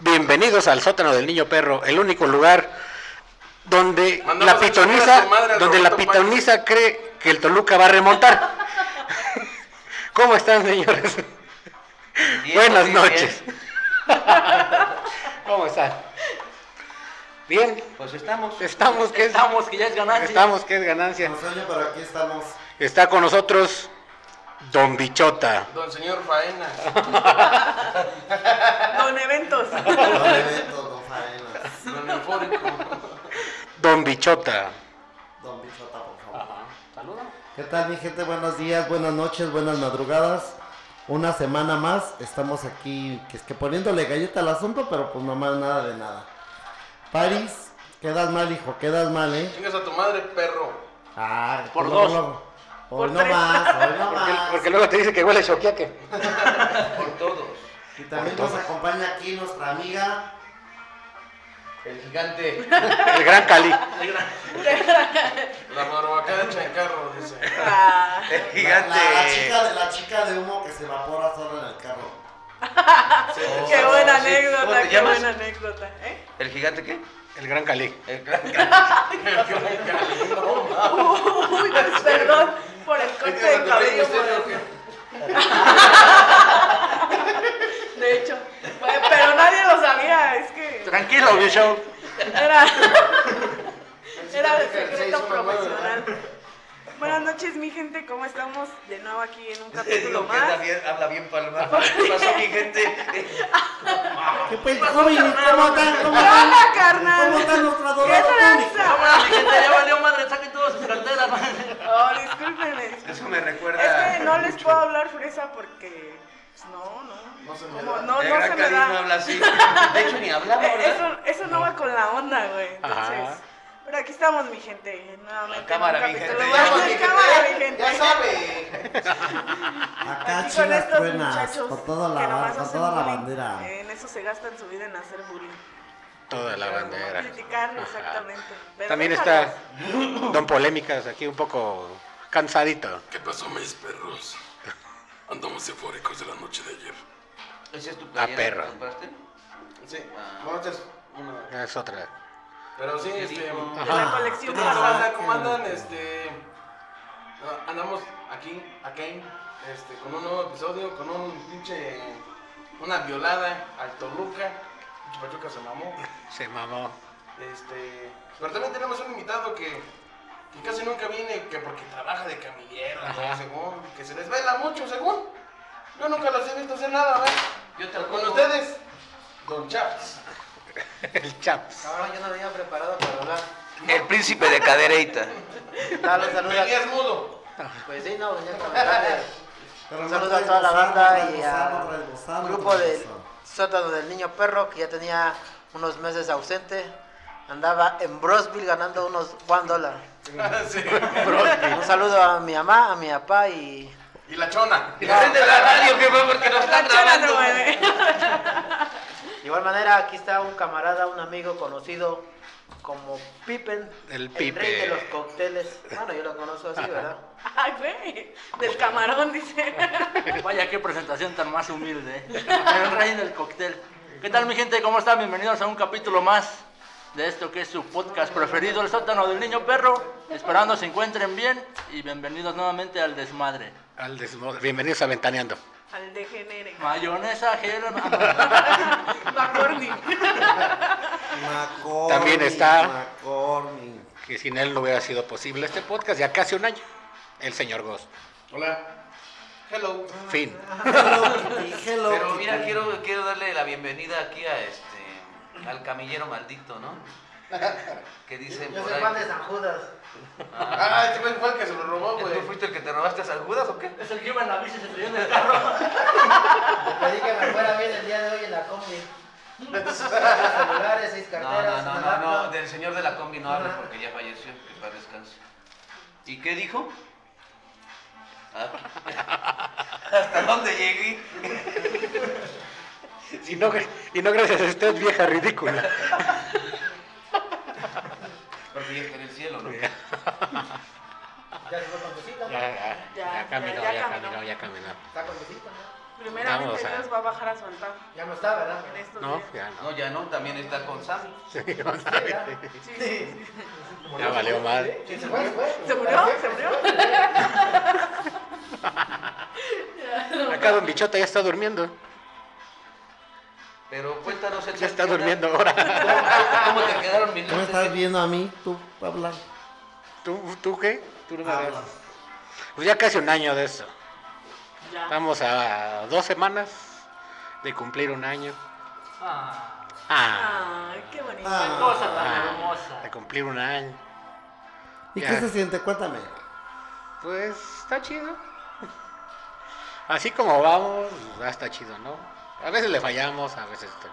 Bienvenidos al sótano del niño perro, el único lugar donde la pitoniza, donde la pitoniza cree que el Toluca va a remontar. ¿Cómo están, señores? Bien, Buenas muy bien. noches. ¿Cómo están? Bien, Pues estamos. Estamos, ¿qué es? Estamos, que ya es ganancia. estamos que es ganancia. Nos oye, pero aquí estamos. Está con nosotros Don Bichota. Don señor Faena. Don Eventos. Don Eventos, Don Faenas. Don eufórico. Don Bichota. Don Bichota, por favor. Ajá. Saluda. ¿Qué tal, mi gente? Buenos días, buenas noches, buenas madrugadas. Una semana más, estamos aquí, que es que poniéndole galleta al asunto, pero pues no más nada de nada. París, quedas mal, hijo, quedas mal, ¿eh? Chingas a tu madre, perro. Ah, Por luego, dos. luego. Hoy Por no tres. más, hoy no Porque, más. porque luego te dice que huele choquiaque. Por todos. Y también nos acompaña aquí nuestra amiga. El gigante. El gran Cali. La barbacada de chancarro, dice. Ah, La, la- la chica de, la chica de humo que se evapora sola en el carro. qué buena anécdota, te qué llamas? buena anécdota. ¿eh? ¿El gigante qué? El gran Cali. El gran gigante. El gran Cali. No, mames. Uy, pues, perdón por el corte Fíjate, de te traigo cabello. por usted, el- ¿o qué? De hecho, fue- pero nadie lo sabía, es que Tranquilo, mi show. era, era de Seis, secreto una nueva, profesional. Buenas noches, mi gente, ¿cómo estamos? De nuevo aquí en un capítulo Lo que habla más. bien, habla bien Palma. ¿Qué pasó, mi gente? ¿Qué pedo, jóvenes? pues, ¿Cómo están? ¿Cómo están? ¡Hola, carnal! ¿Cómo está nuestro ¿Qué adorado público? tranza? Mi gente ya valió madre, saquen todas sus carteras. Oh, discúlpenme. Eso me recuerda. Es que no les puedo hablar fresa porque. pues, no, no. No se me Como da. No, no El se me gran Cali no da. habla así. De hecho, ni hablaba, Eh, ¿verdad? Eso, eso no va con la onda, güey. Ajá. Entonces. Pero aquí estamos, mi gente. Nuevamente. en un cámara, mi capítulo gente, más ya de mi cámara, mi gente. Ya sabe. Acá Aquí con chicas estos truenas, muchachos con toda que la, nomás con hacen toda la bullying. bandera. En eso se gastan su vida en hacer bullying. Toda la bandera. Criticarlo, Ajá. exactamente. Pero También déjalos. está Don Polémicas aquí un poco cansadito. ¿Qué pasó, mis perros? Andamos eufóricos de la noche de ayer. Ese es tu Ah, playera perro. que compraste. Sí. Ah. Bueno, esta es una. Es otra. Pero sí, este. Ajá. De la colección ¿Qué tal, banda? pasada. ¿Cómo andan? Este. ah, Andamos aquí, aquí, este, con un nuevo episodio, con un pinche. Una violada al Toluca. Pinche Pachuca se mamó. Se mamó. Este, pero también tenemos un invitado que, que casi nunca viene, que porque trabaja de camillero, ¿no? Ajá. según, que se desvela mucho, según. Yo nunca los he visto hacer nada, ¿verdad? Yo te Pero lo con pongo. ustedes, Don Chaps. El Chaps. Cabrón, yo no venía preparado para hablar. El príncipe de cadereita. Saludos, saludos. Venías mudo. Pues sí, no, venía con bastante. Pero Un no saludo a traes toda la bozal, no banda traes y bozal, no al traes bozal, no grupo traes del bozal. sótano del niño perro que ya tenía unos meses ausente. Andaba en Brosville ganando unos one dólar. Sí. Un saludo a mi mamá, a mi papá y Y la chona. Y la gente de la radio que fue porque nos están La chela grabando. nueve. de igual manera aquí está un camarada, un amigo conocido como Pippen, El rey de Pipe. los cócteles. Bueno, yo lo conozco así, ¿verdad? Ay, güey. Del camarón, dice. Vaya, qué presentación tan más humilde. ¿eh? El rey del cóctel. ¿Qué tal, mi gente? ¿Cómo están? Bienvenidos a un capítulo más de esto que es su podcast preferido, El sótano del niño perro. Esperando se encuentren bien y bienvenidos nuevamente al desmadre. Al desmodo. Bienvenidos a Ventaneando. Al degenere. Mayonesa, gel, Macorni. McCormick, También está- McCormick. Que sin él no hubiera sido posible este podcast ya casi un año. El señor Goss. Hola. Hello. Fin. Hello, Kitty, hello, Pero mira, Este, Kitty. quiero, quiero darle la bienvenida aquí a este al camillero maldito, ¿no? Que dice Yo por soy Juan de ahí. San Judas. Ah, Ah, este güey fue el que se lo robó, ¿Tú güey. fuiste el que te robaste a San Judas o qué? Es el que iba en la bici, se trayó en el carro. Le pedí que me fuera bien el día de hoy en la combi. Seis celulares, seis No, carteras, no, no, una no, no, laptop. del señor de la combi no hable porque ya falleció, que para descanso. ¿Y qué dijo? Ah, ¿Hasta dónde llegué? Y no, y no gracias a usted, vieja ridícula. Porque ya está en el cielo, ¿no? Ya se fue con tu cita, Ya, ya, Ya, ya caminó, ya, ya, ya caminó. caminó, ya caminó. está con tu cita, ¿no? Primeramente Vamos a- Dios va a bajar a su altar Ya no está, ¿verdad? en estos No, días. ya no. No, ya no, también está con Sammy. Sí, no sabe. Sí, sí, sí. Ya valió madre. Sí, se fue, se fue. ¿Se Ah. murió? ¿Se murió? Acá Don Bichota ya está durmiendo. Pero cuéntanos el Ya está ¿qué tal? durmiendo ahora. ¿Cómo te quedaron mis ¿Tú me luces? estás viendo a mí? Tú, Pablo. ¿Tú, tú qué? Tú no me Habla. ves. Ah, Pues ya casi un año de eso. Ya. Estamos a dos semanas de cumplir un año. Ah, Ah, Ay, qué bonito. qué Ah. cosa tan ah, hermosa. de cumplir un año. ¿Y Ya. qué se siente? Cuéntame. Pues está chido. Así como vamos, ah, está chido, ¿no? A veces le fallamos, a veces. to-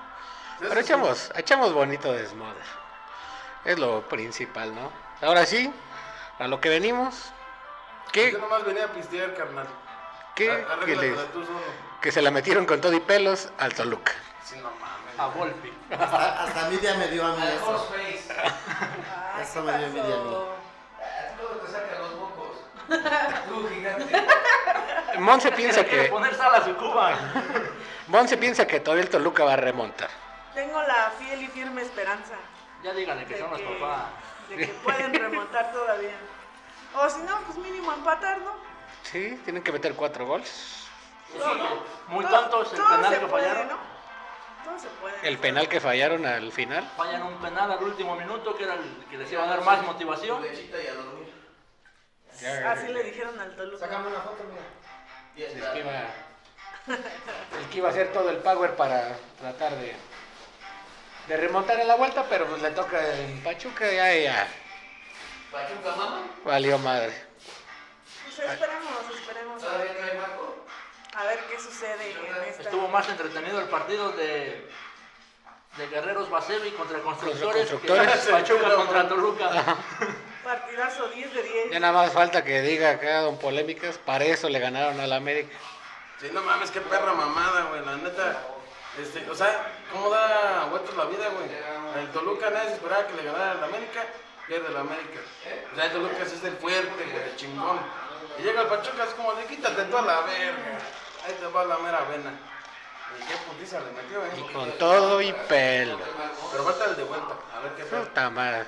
Pero echamos, echamos bonito desmadre. Es lo principal, ¿no? Ahora sí, a lo que venimos. Yo ¿Qué? nomás venía a pistear, carnal. ¿Qué? Ar- Que, les- arréglatelas tú solo. que se la metieron con todo y pelos al Toluca. Sí, no mames. A Volpi. Hasta, hasta a mí ya me dio a mí Al eso. Ghostface. Ay, Eso ¿qué me dio envidia a mí. pasó? Ah, Luego te sacan los mocos. Tú, gigante. Monse piensa Piensa que que Eh, poner sal a su cuba. Monse piensa que todavía el Toluca va a remontar. Tengo la fiel y firme esperanza Ya díganle que de son los que, papás. de que pueden remontar todavía. O si no, pues mínimo empatar, ¿no? Sí, tienen que meter cuatro goles. Muy Todo- tontos el todo penal se que puede, fallaron. ¿no? Todo se puede. El penal que fallaron al final. Fallan un penal al último minuto que era el que les iba a dar más motivación. Lechita y a dormir. Así le dijeron al Toluca. Sácame una foto, mira. Y El está. que iba, el que iba a hacer todo el power para tratar de, de remontar en la vuelta, pero pues le toca en Pachuca ya, ya ¿Pachuca, mamá? valió madre. Pues esperemos, esperemos a ¿Todavía ver, no hay marco? a ver qué sucede en esta. Estuvo más entretenido el partido de, de Guerreros Basevi contra Constructores, Constructores. que Pachuca contra Toluca. Partidazo 10 de 10. Ya nada más falta que diga acá Don Polémicas, para eso le ganaron al América. Sí, no mames, qué perra mamada, güey. La neta. Este, o sea, ¿cómo da vueltas la vida, güey? El Toluca nadie se esperaba que le ganara al América, pierde el América. O sea, el Toluca sí es el fuerte, güey, el chingón. Y llega el Pachuca, es como de quítate toda la verga. Ahí te va la mera vena. Y qué putiza le metió, Y eh. con todo y pelo. Pero falta el de vuelta, a ver qué pedo. Puta madre.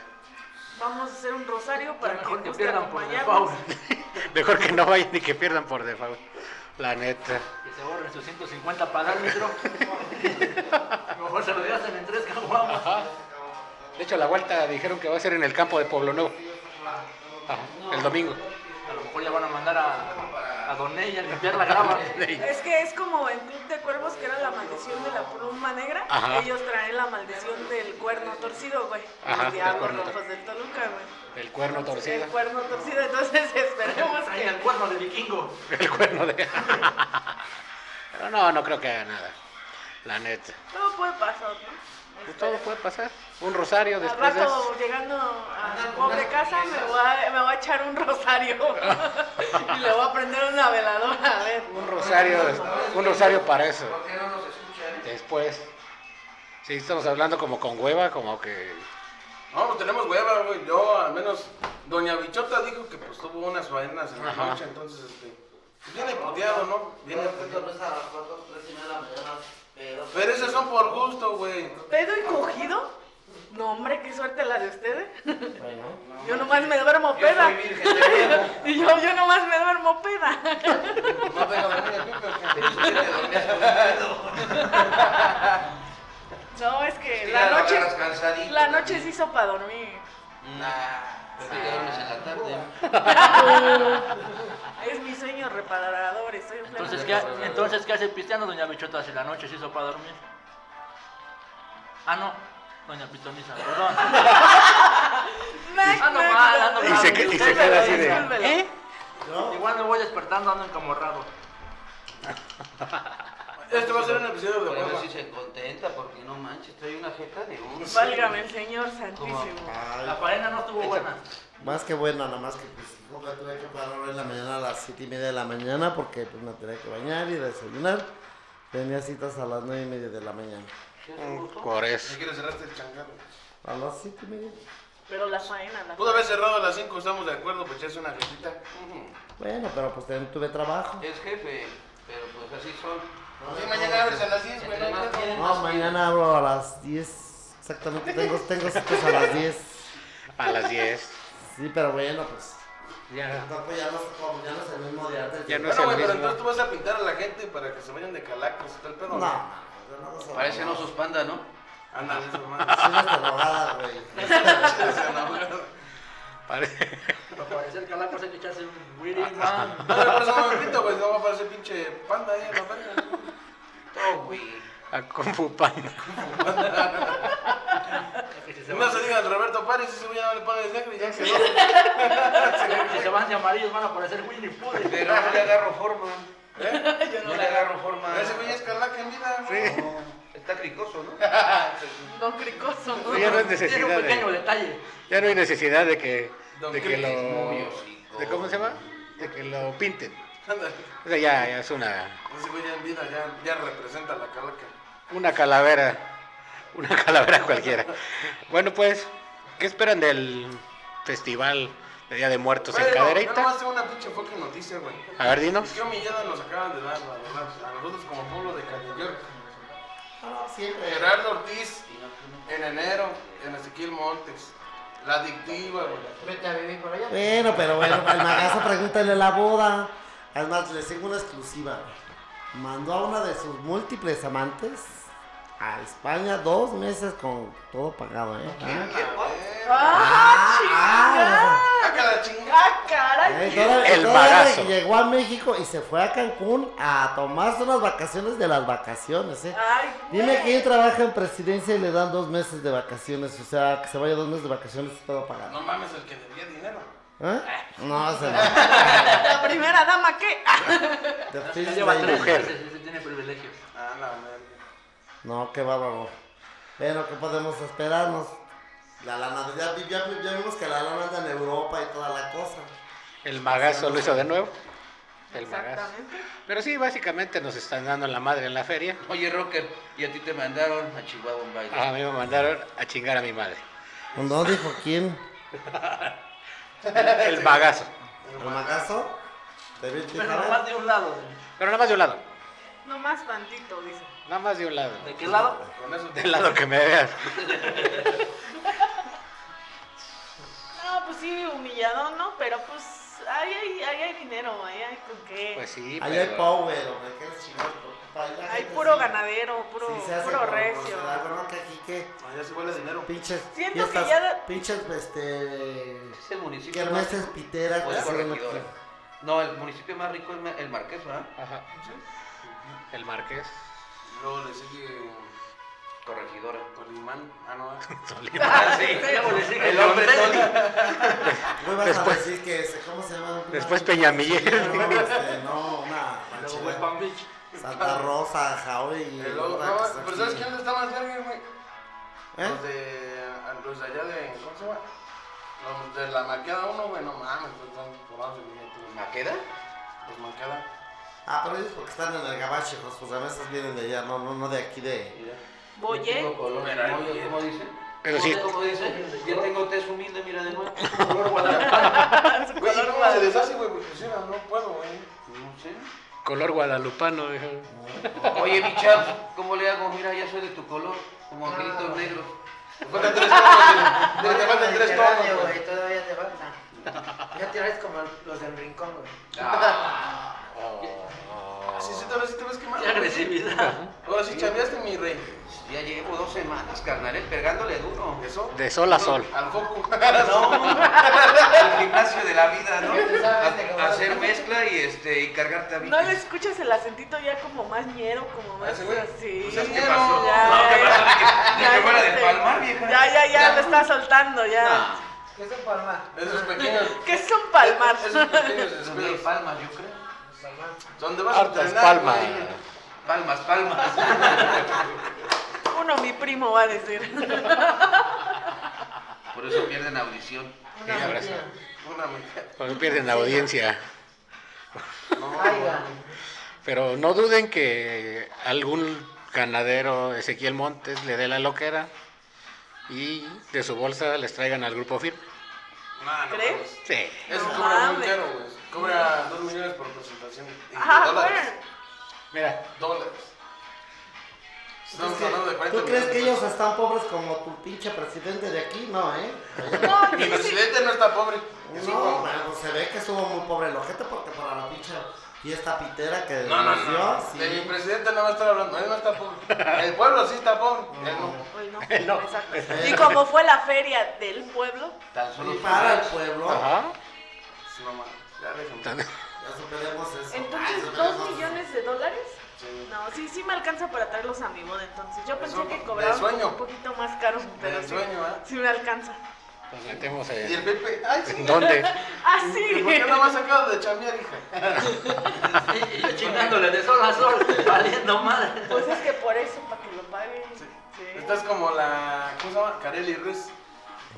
Vamos a hacer un rosario para que Mejor que nos pierdan por acompañarnos. default, Mejor que no vayan ni que pierdan por default. La neta. que se borren sus 150 para el árbitro. Mejor se lo hacen en tres caguamas. Ajá. De hecho, la vuelta dijeron que va a ser en el campo de Pueblo Nuevo. Ajá, el domingo. A lo mejor ya van a mandar a, a Don Ney a limpiar la grava. Es que es como en Club de Cuervos, que era la maldición de la pluma negra. Ajá. Ellos traen la maldición del cuerno torcido, güey. Ajá, Los del diablos cuerno rojos torcido. del Toluca, güey. El cuerno torcido. El cuerno torcido, entonces esperemos Ahí el que. cuerno de vikingo. El cuerno de. Pero no, no creo que haga nada. La neta. Todo puede pasar, ¿no? Pues todo puede pasar. Un rosario Al después de rato, eso. llegando a mi pobre casa, me voy, a, me voy a echar un rosario y le voy a prender una veladora. A ver, Un rosario, des- un rosario para eso. ¿Por qué no nos escuchan? Después. Si estamos hablando como con hueva, como que. No, pues tenemos hueva, güey. Yo, al menos, Doña Bichota dijo que pues tuvo unas faenas en la Ajá. noche, entonces, este. pues, Viene puteado, ¿no? Viene puteado. a las 4, 3 y media de la mañana. Pero. Pero esos son por gusto, güey. ¿pedo y cogido? No, hombre, qué suerte la de ustedes. Bueno. Yo nomás me duermo Yo peda. soy virgen ¿eh? de Y yo, yo nomás me duermo peda. Pues, No tengo la niña Pipe, Te dormías con el dedo. No, es que Sí, la la noche, agarras cansadito. la noche se hizo para dormir. Nah. Pero te Pues, duermes en la tarde. Es mi sueño reparador, estoy en pleno Entonces, ¿qué, entonces, ¿qué hace Pistiano, doña Bichota, si la noche se hizo para dormir? Ah, no, doña Pitoniza, perdón. Mac, Ando Mac, mal, Mac. ando mal. Y se, que- y se queda así de. ¿Eh? Igual me voy despertando, ando encamorrado. Esto Este va a ser un episodio de Por hueva. eso sí se contenta, porque no manches, trae una jeta de un. Válgame el Señor Santísimo. Ay, La faena no estuvo buena. Más que buena, nada más que pues yo me tuve que parar en la mañana a las 7 y media de la mañana porque pues, me tenía que bañar y desayunar. Tenía citas a las 9 y media de la mañana. Por Si eso. quieres cerrarte el changarro. A las 7 y media. Pero la faena, la Pudo haber cerrado a las 5, estamos de acuerdo, pues ya es una jetita. Bueno, pero pues también tuve trabajo. Es jefe, pero pues así son. Sí, mañana abres a las 10, güey. No, hay pedo. No, mañana abro a las 10. Exactamente, tengo, tengo citas a las 10. A las 10. Sí, pero bueno, pues. Ya. El cuerpo ya no, como ya no es el mismo de antes. Ya no es Bueno, güey, el pero mismo. entonces tú vas a pintar a la gente para que se vayan de calacas y todo el pedo. No, güey. no, no. Parecen osos panda, ¿no? Ándale, eso, hermano. Sí, no está enojada, güey. Parece- Para parecer calacos hay que echarse un witty, Ah, man. No, pero por eso no me pinto, güey. No va a aparecer pinche panda ahí en la verga. No, güey. A Kung Fu Panda. Que si se No van- se digan Roberto Párez, ese güey ya no le paga el negro y ya quedó. que si se van de amarillos van a parecer Winnie Pooh. Pero no le agarro forma. ¿Eh? No le agarro forma. Ese güey es calaca en vida. güey. Está cricoso, ¿no? Don Cricoso. ¿no? Ya no es Tiene necesidad un pequeño de, detalle. ya no hay necesidad de que, Don de que Chris, lo. muy hocico. De cómo se llama? De que lo pinten. Ándale. O sea, ya, ya es una, Ese güey ya en vida ya, ya representa a la calaca. una calavera. Una calavera cualquiera. Bueno, pues, ¿qué esperan del festival de Día de Muertos en Bueno, Yo Cadereyta? Ah, nomás tengo una pinche fucking noticia, güey. A ver, dinos. Qué humillada nos acaban de dar, la verdad, a nosotros como pueblo de Cali York. No, siempre. Gerardo Ortiz, en enero, en Ezequiel Montes. La adictiva, güey. Vete a vivir por allá. Bueno, pero bueno, al magazo pregúntale la boda. Además, les tengo una exclusiva. Mandó a una de sus múltiples amantes a España dos meses con todo pagado, ¿eh? ¡Ah, ah, chingada! Saca la chingada. ¡Ah, caray! Eh, toda- El toda la bagazo. que Llegó a México y se fue a Cancún a tomarse unas vacaciones de las vacaciones, ¿eh? ¡Ay, Dime güey. que trabaja en presidencia y le dan dos meses de vacaciones, o sea, que se vaya dos meses de vacaciones y todo pagado. No mames, el que debía dinero. ¿Eh? No, se La primera dama, ¿qué? Ah, Te Ya fuiste lleva ahí. tres Mujer. meses y sí tiene privilegios. Ah, la verga. No, qué bárbaro. Bueno, ¿qué podemos esperarnos? La lana, ya, vi- ya vi- ya vimos que la lana anda en Europa y toda la cosa. El magazo lo hizo de nuevo. El magazo. Exactamente. Pero sí, básicamente nos están dando la madre en la feria. Oye, Rocker, y a ti te mandaron a Chihuahua un baile. Ah. A mí me mandaron a chingar a mi madre. Pues No dijo quién. El bagazo. ¿El magazo? ¿Te vi Pero chicarra? nomás de un lado. Pero nada más de un lado. Nomás tantito, dice. Nada más de un lado. ¿De qué lado? Con eso. Del lado que me veas. No, pues sí, humillado, ¿no? Pero pues ahí hay, ahí hay dinero, ahí hay con qué. Pues sí, Ahí hay pero- power, hombre, que es chingón. porque ahí la hay gente puro sí- ganadero, puro, sí se hace puro por- por recio. ciudad, ¿verdad? Que aquí que Allá Ah, se huele dinero. pinches Siento que fiestas- ya da- pinches este Es el municipio más kermeses rico. piteras O Pues que es hacen aquí. eh. corregidora. No, el municipio más rico es Ma- el Marqués, ¿verdad? Ajá. El Marqués. Luego le sigue Corregidora. Colimán. Ah, no. eh. Tolima. sí, luego le sigue el hombre Don Tony. Güey, vas Después- a decir que ese- ¿cómo se llama? Una- Después Peña Miguel. No, este, no, una Luego ranchera. West Palm Beach. Santa Rosa, Jaoy y El otro, otra no, que está pero aquí. ¿sabes quién está más verga, güey? ¿Eh? Los de. a- Los de allá de. ¿Cómo se llama? Los de la maqueda uno, güey, no mames, pues, están forrados de billetes, güey. ¿Maqueda? Los maqueda. Ah, pero ellos porque están en el gabacho, pues, pues a veces vienen de allá, no, no, no de aquí de. Boye, Tengo color Pero de ahí- mollo, ¿Cómo dice? Pero sí. ¿Cómo dice? Yo tengo tez humilde, mira de nuevo. Color su Güey, ¿y color ¿cómo se madre. les hace, güey? pues, Porque si no, no puedo, güey. No sé. Color guadalupano. dijo. Oye, mi chavo, ¿cómo le hago? Mira, ya soy de tu color, como angelitos negros. Te faltan tres tonos, güey. Te faltan tres Mediterráneo, tonos, güey. güey, Ah, todavía te falta. Ya te ves como los del rincón, güey. Ah. Oh. Sí, sí, te ves, sí te ves quemado. Qué agresividad. Ahora sí chambeaste, mi rey. Ya llevo dos semanas, carnal, eh, pegándole duro. ¿Eso? De sol a sol. Al foco. Al gimnasio de la vida, ¿no? Ya te sabes, A- hacer mezcla y este y cargarte a mí. No le escuchas el acentito ya como más ñero, como más ese güey? así. Pues es que Ya, pasó. ya, No, ¿qué ya. pasó? ¿De que- de Ya, que fuera ya del sé. Palmar, vieja? Ya, ya, ya, lo está soltando, ya. ¿Qué es un palmar? Esos pequeños. ¿Qué es un palmar? Esos pequeños Son de descuidos. palmas, yo creo. ¿Dónde vas a Hartas entrenar? palmas. güey? Palmas, palmas. Uno, mi primo va a decir. Por eso pierden audición. Sí, abrazo. Una media. Cuando pierden la audiencia. No, Oiga. Pero no duden que algún ganadero Ezequiel Montes le dé la loquera y de su bolsa les traigan al grupo firme. no, no, ¿Crees? pues. Sí. Eso No cobra muy mames. caro, güey. Cobra 2 millones por presentación. Y Ah, dólares. bueno. Mira, Dólares. Estamos hablando de 40 ¿Tú crees que minutos. ellos están pobres como tu pinche presidente de aquí? No, ¿eh? No, Mi yo sí- presidente no está pobre. Es un No, guapo. bueno, se ve que estuvo muy pobre el ojete porque para la pinche fiesta pitera que No, no, no. nació, sí. De mi presidente no va a estar hablando. Él no está pobre. El pueblo sí está pobre. Él no. Uy, no, No. exacto. Y como fue la feria del pueblo, Tan solo Y para el sus- pueblo, Ajá. Sí, mamá. Ya déjame. ya superemos eso. Ay, Ah, entonces, superemos ¿dos eso. millones de dólares? Sí. No, sí, sí me alcanza para traerlos a mi boda, entonces. Yo pensé Eso, que de cobraban sueño. un poquito más caro, pero De sí, sueño, ¿eh? sí me alcanza. Nos metemos Y el en... Pepe, ay, sí. ¿En dónde? ¡Ah, ¿Y sí! por qué no me has sacado de chambear, hija? Y yo chingándole de sol a sol, valiendo madre. Pues es que por eso, para que lo paguen. Sí. Estás como la. ¿Cómo se llama? Carely Ruiz.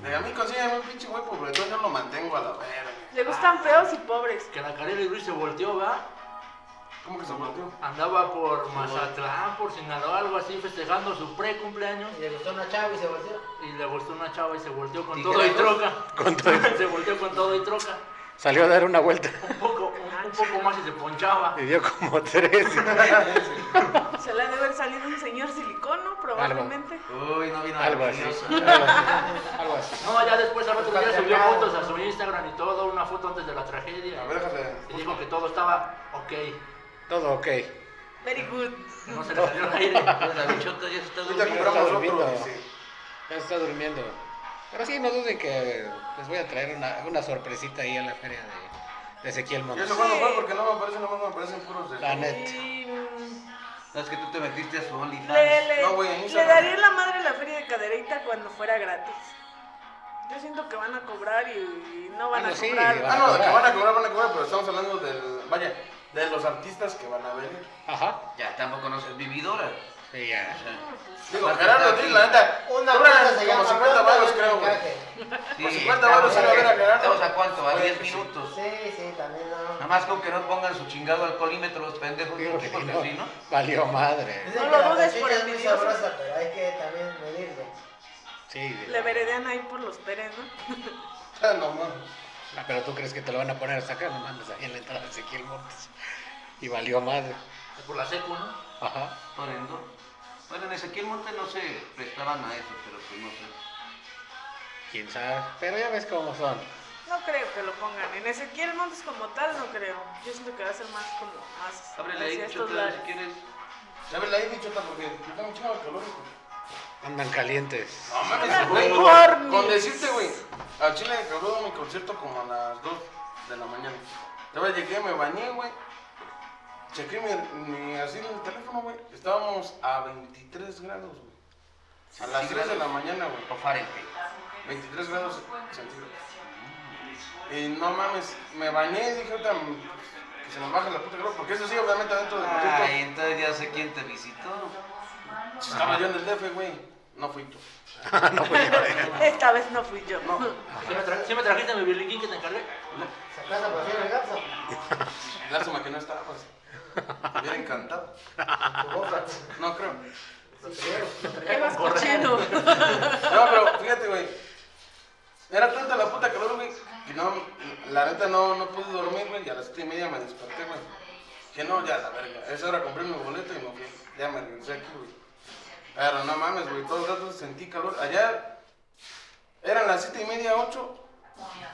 De a mí consígueme un pinche güey pobretón, yo lo mantengo a la verga. Le gustan feos y pobres. Que la Carelli Ruiz se volteó, ¿verdad? ¿Cómo que se volteó? Andaba por Mazatlán, por Sinaloa, algo así, festejando su pre-cumpleaños. Y le gustó una chava y se volteó. Y le gustó una chava y se volteó con ¿Y todo qué y tal? troca. Con todo y- se volteó con todo y troca. Salió a dar una vuelta Un poco, un, un poco más y se ponchaba. y dio como tres. Se le ha de haber salido un señor silicono, probablemente. Uy, no vino Algo la así. curiosa. Algo así. Algo así. No, ya después al otro día subió fotos a su Instagram y todo, una foto antes de la tragedia. A ver, déjale. Y dijo que todo estaba ok. Todo ok. Very good. No se le salió el aire. La bichota ya se está Ahorita durmiendo. compramos durmiendo. otro. dice. Ya se está durmiendo. Pero sí, no duden que les voy a traer una, una sorpresita ahí a la feria de, de Ezequiel Yo Montes. sé cuándo fue porque no me aparecen, nomás me aparecen puros de. La neta. Y, mm, No, es que tú te metiste a su le, OnlyFans. le- No, güey, en le Instagram. daría la madre la feria de cadereita cuando fuera gratis. Yo siento que van a cobrar y, y no van Bueno, a sí, cobrar. van Ah, no, de que van a cobrar, van a cobrar, pero estamos hablando del. Vaya, de los artistas que van a venir. Ajá. Ya tampoco no seas vividora. Y ya. O sea, Digo, Gerardo Ortiz, la neta. cobran como 50 varos, creo, güey. Por 50 estamos varos ir a ver a Gerardo. Estamos a cuánto, a Puede 10 que sí. minutos. Sí, sí, también Nada no. más con que no pongan su chingado alcoholímetro los pendejos. Porque No, sí, ¿no? Valió madre. Dicen No que lo la dudes por salchicha es muy envidioso. sabrosa, pero hay que también medirle. Sí. Le veredean ahí por los Pérez, ¿no? Ah, no, mames. Ah, pero tú crees que te lo van a poner hasta acá, no mames, ahí en la entrada de Ezequiel Montes. Y valió madre. Por la secu, ¿no? Ajá. Por el no. Bueno, en Ezequiel Monte no se prestaban a eso, pero pues no sé. Quién sabe. Pero ya ves cómo son. No creo que lo pongan. En Ezequiel Montes como tal, no creo. Yo siento que va a ser más como más Ábrele hacia ahí, estos chota, si lares. quieres. Ya ves la ahí, bichota, porque yo tengo un chingo de calor, hijo. Andan calientes. No Las mames, güey. mejores. Con decirte, güey, al Chile acabó mi concierto como a las 2 de la mañana. Entonces llegué, me bañé, güey. Chequé mi, mi así en el teléfono, güey. Estábamos a 23 grados, güey. A las 3 de la mañana, güey. O Fahrenheit. 23 grados centígrados. Y no mames, me bañé y dije, ahorita pues, que se nos baje la puta calor. Porque eso sí, obviamente, adentro Ah, del concierto. Ay, entonces ya sé quién te visitó. Estaba yo en el DF, güey. No fui tú. Esta vez no fui yo. No. ¿Sí me, tra- sí me trajiste mi biliquín que te encargué? ¿Sacaste por fin el gato? Lástima que no estabas. Me hubiera encantado. Tu boca. No creo. ¿Qué más cochino? No, pero fíjate, güey. Era tanta la puta calor, güey, que no, la neta no, no pude dormir, güey, y a las siete y media me desperté, güey. Que no, ya la verga. A Esa hora compré mi boleto y me fui. Ya me regresé aquí, güey. Pero no mames, güey, todo el rato sentí calor. Allá eran las siete y media, ocho.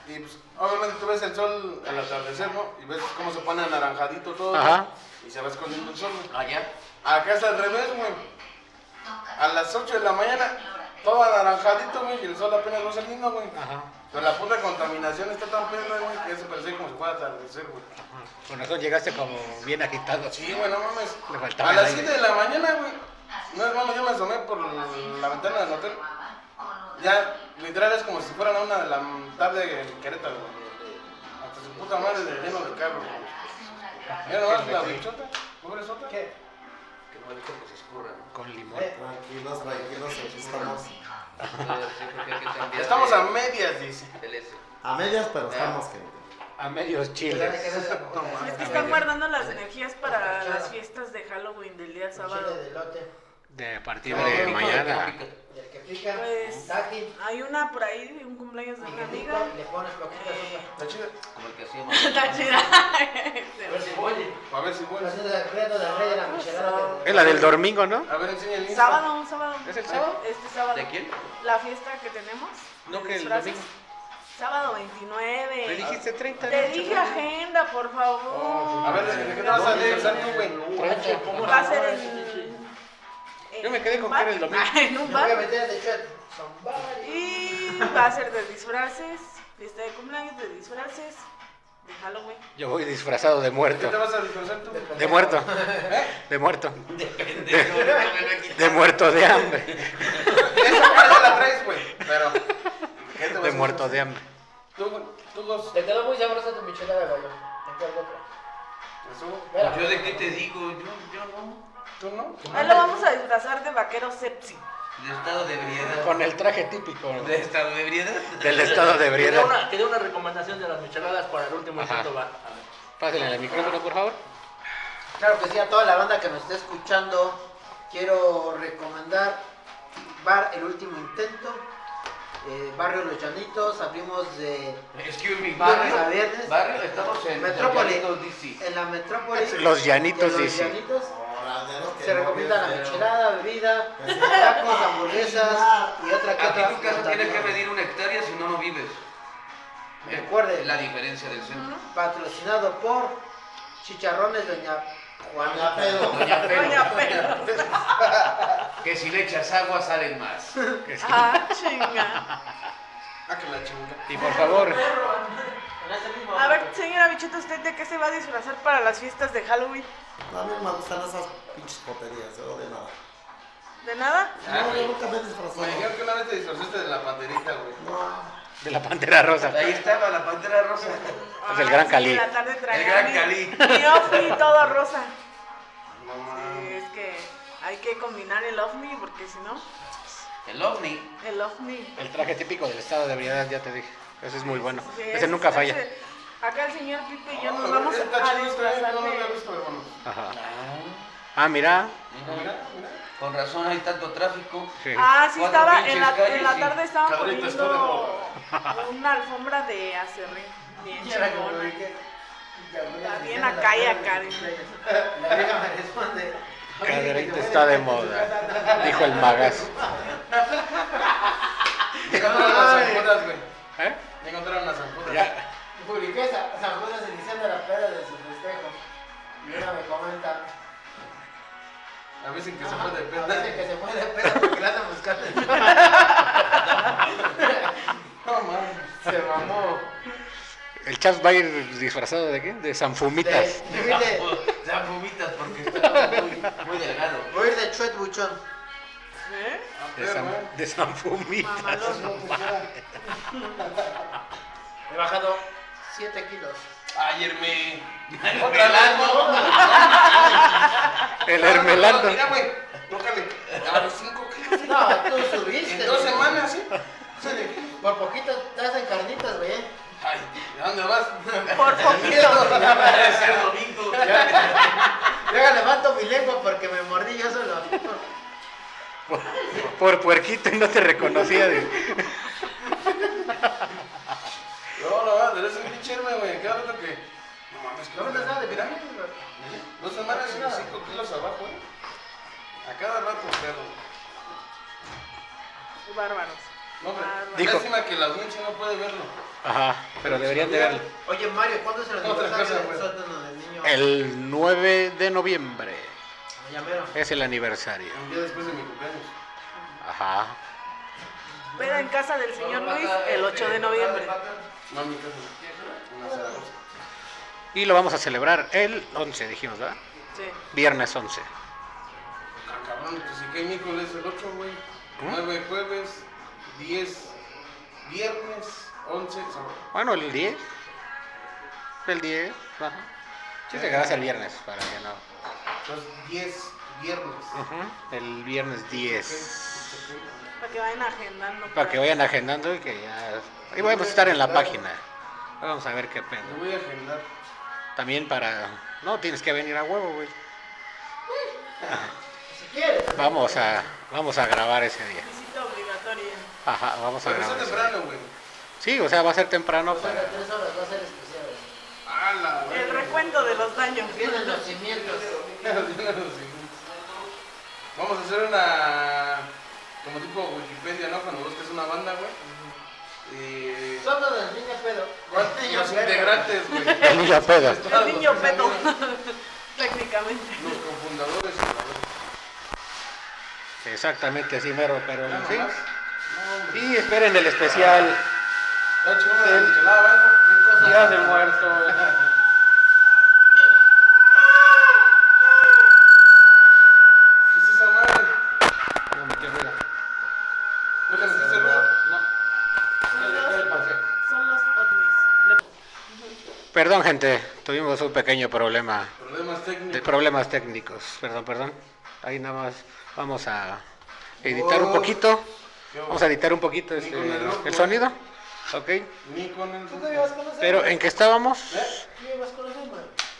Y pues, obviamente tú ves el sol al atardecer, ¿no? Y ves cómo se pone anaranjadito todo. güey, Ajá. Y se va escondiendo el sol, güey. Allá. Acá es al revés, güey. A las 8 de la mañana, todo anaranjadito, güey, y el sol apenas va saliendo, güey. Ajá. Pero la puta contaminación está tan perra, güey, que eso parecía como si fuera atardecer, güey. Con razón llegaste como bien agitado. Sí, güey, no mames. Le faltaba A las el aire. 7 de la mañana, güey. No hermano, yo me asomé por la ventana del hotel. Ya, literal, es como si fuera la una de la tarde en Querétaro, güey. Hasta su puta madre de lleno de carro, güey. Mira nomás la bichota, pobre sota. ¿Qué? Que no dejo que se escurra. Con limón. Eh, Tranquilos, tranquilos, aquí estamos. Entonces, sí, creo que hay que cambiar Estamos de- a medias, dice. del ese. A medias, pero Ah. estamos, gente. A medios tiene chiles. que ver la- No mames. Es que están guardando las energías para las fiestas de Halloween del día Chile sábado. de elote. De a partir Como de un pico mañana. pica. Y el que pica. Pues mensaje. Hay una por ahí, un cumpleaños de Y una le amiga. digo, le pones poquita azúcar. Está chida. Como el que hacíamos. Está chida. A ver si vuelve. A ver si La vuelve. ciudad del reto del rey de la michelada. Es la del domingo, ¿no? A ver, enseña el Insta. Sábado, un sábado. ¿Es el sábado? Este sábado. ¿De quién? La fiesta que tenemos. No, de que el disfraces. domingo. Sábado 29. Me dijiste 30. Te dije agenda, por favor. A ver, ¿de qué te vas a dejar tú, güey? Va a ser en. Yo me quedé en con un que era el bar. domingo. Ah, en un Me voy a bar. meter de chat. Somebody. Y va a ser de disfraces. Fiesta de cumpleaños de disfraces. De Halloween. Yo voy disfrazado de ¿Qué muerto. ¿Eh? te vas a disfrazar tú? De muerto. De muerto. Pendejo, no me lo quites. De muerto de hambre. Esa cara ya la traes, güey. Pero. ¿qué te vas a De muerto disfrazar? de hambre. Tú, güey, tú dos. Te quedó muy sabrosa tu michelada, gallo. Te encargo otra. Eso, Espera. Yo de qué te digo, yo, yo no. ¿Tú no? Ahí lo vamos a disfrazar de vaquero sepsi. De estado de ebriedad. Con el traje típico De estado de ebriedad. del estado de Que dé ebriedad. una, que dé una recomendación de las micheladas para el último Ajá. punto va. Pásenle el micrófono, por favor. Claro que sí, a toda la banda que nos está escuchando, quiero recomendar Bar El Último Intento, eh, Barrio Los Llanitos, abrimos de, Excuse me, Viernes barrio. Eh, a viernes. Barrio, estamos en Metrópoli. en DC. en la metrópolis. Los Llanitos, de Los dice. Llanitos. Holanderos que Se no recomienda la vieron. michelada, bebida, tacos, hamburguesas y otra que Aquí otra. tu casa tienes que también. medir una hectárea si no, no vives. Recuerde. La diferencia del centro. Patrocinado por Chicharrones Doña Doña Juana. Pedro. Doña Pelo, Doña Pelo. que si le echas agua salen más. Ah, chinga. Ah, que la chinga. Y por favor, A ver, señora Bichota, ¿usted de qué se va a disfrazar para las fiestas de Halloween? A mí no me gustan esas pinches poterías, yo de nada. ¿De nada? Ah, No, yo nunca me he disfrazado. Me dijeron que una vez te disfrazaste de la panderita, güey. No, de la pantera rosa. Ahí estaba la pantera rosa. Es el Gran sí, Cali. en la tarde traía Gran mi- Cali. Mi ovni todo rosa. Ah. No Sí, mames. es que hay que combinar el ovni porque si no, El ovni. el ovni. El traje típico del estado de ebriedad, ya te dije. Ese es muy bueno. Sí, Ese nunca está falla. chido. Acá el señor Pipe y yo Ah, nos vamos está a chido, está bien, disfrazar no lo había de... visto, hermano. Ajá. Ah, mira. Mira, mira. Con razón hay tanto tráfico. Sí. Ah, sí, Cuatro estaba, en pinches la, calles, en la sí. tarde estaban Cabrito, está de poniendo una alfombra de acerrín. Bien chingona. Está bien acá y acá. La vieja me responde. Cadereyta está de moda. Dijo el magas. Me encontraron las zancudas, güey. ¿Eh? Me encontraron las zancudas. Ya. Publiqué esa, San Judas iniciando la peda de su festejo. Y una me comenta. A ver si que se "Ah, fue de Dicen peda. que se fue de peda porque la andan buscando. No mames. Se mamó. ¿El Chaps va a ir disfrazado de qué? De Sanfumitas. De- de- Dan fumitas porque está muy, muy delgado. Voy a ir de Chuet Buchón. ¿Eh? De, San, de Sanfumitas. Mamalón. He bajado 7 kilos. Ayer me. Otra vez, ¿no? El Hermelando. Mira, güey. Tócale. A los cinco kilos. No, tú subiste. En dos güey. semanas, ¿eh? ¿sí? Por poquito te hacen carnitas, güey. Ay, ¿a dónde vas? Por poquito. Debe ser domingo. Yo levanto mi lengua porque me mordí yo solo. Por, por puerquito y no te reconocía. de- No, no, no, eres un pinche herme, güey. Qué rato que. No mames, que No me nada de Mira, pirámide, güey. Dos semanas y cinco kilos abajo, ¿eh? A cada rato, perro. Bárbaros. No, hombre. Ah, Bárbaros. Dijo- Lástima que la audiencia no puede verlo. Ajá, pero deberían de verlo. Oye, Mario, ¿cuándo es el Otra aniversario cosa, del güey. sótano del niño? El 9 de noviembre Ya mero. es el aniversario. Un día después de mi cumpleaños. Ajá. Peda en casa del señor Luis el 8 de noviembre. No, en mi casa. Una Zaragoza. Y lo vamos a celebrar el 11, dijimos, ¿verdad? Sí. Viernes 11. Ah, cabrón, pues sí que hay miércoles el 8, güey. 9 jueves, 10 viernes, 11 sábado. Bueno, el 10. El 10. Ajá. Sí, te quedas el viernes para que no. Entonces, 10 pues, viernes. Ujú, El viernes 10. Para que vayan agendando. Para que vayan agendando y que ya. Y vamos a estar en la página. Vamos a ver qué pedo. Lo voy a agendar. También para. No, tienes que venir a huevo, güey. Si quieres. Vamos a, vamos a grabar ese día. Visita obligatoria. historia. Ajá, vamos a Pero está grabar. eso. temprano, güey. Sí, o sea, va a ser temprano O sea, para... las tres horas va a ser especial. Ah, la El recuento de los daños. Vienen los cimientos. Vamos a hacer una. Como tipo Wikipedia, ¿no? Cuando buscas una banda, güey. Y. Son los del niño pedo. Del niño Los pedo. integrantes, güey. El niño pedo. El niño peto. Técnicamente. Los cofundadores. ¿no? Exactamente así, mero, pero Nada sí. más. Y esperen el especial Ya chingamos la michelada, ¿verdad? ¿Qué cosa? Día de Muertos. ¿Qué es Pues esa madre? No me metiste ruido. Son los ovnis. Perdón, gente, tuvimos un pequeño problema Problemas de técnicos. problemas técnicos. Perdón, perdón. Ahí nada más vamos a editar Oh. un poquito. Vamos a editar un poquito este, el sonido. Ok. Ni con el. ¿Tú ibas con ese? Pero ¿en qué estábamos? Eh, ¿Tú ibas con ese, güey?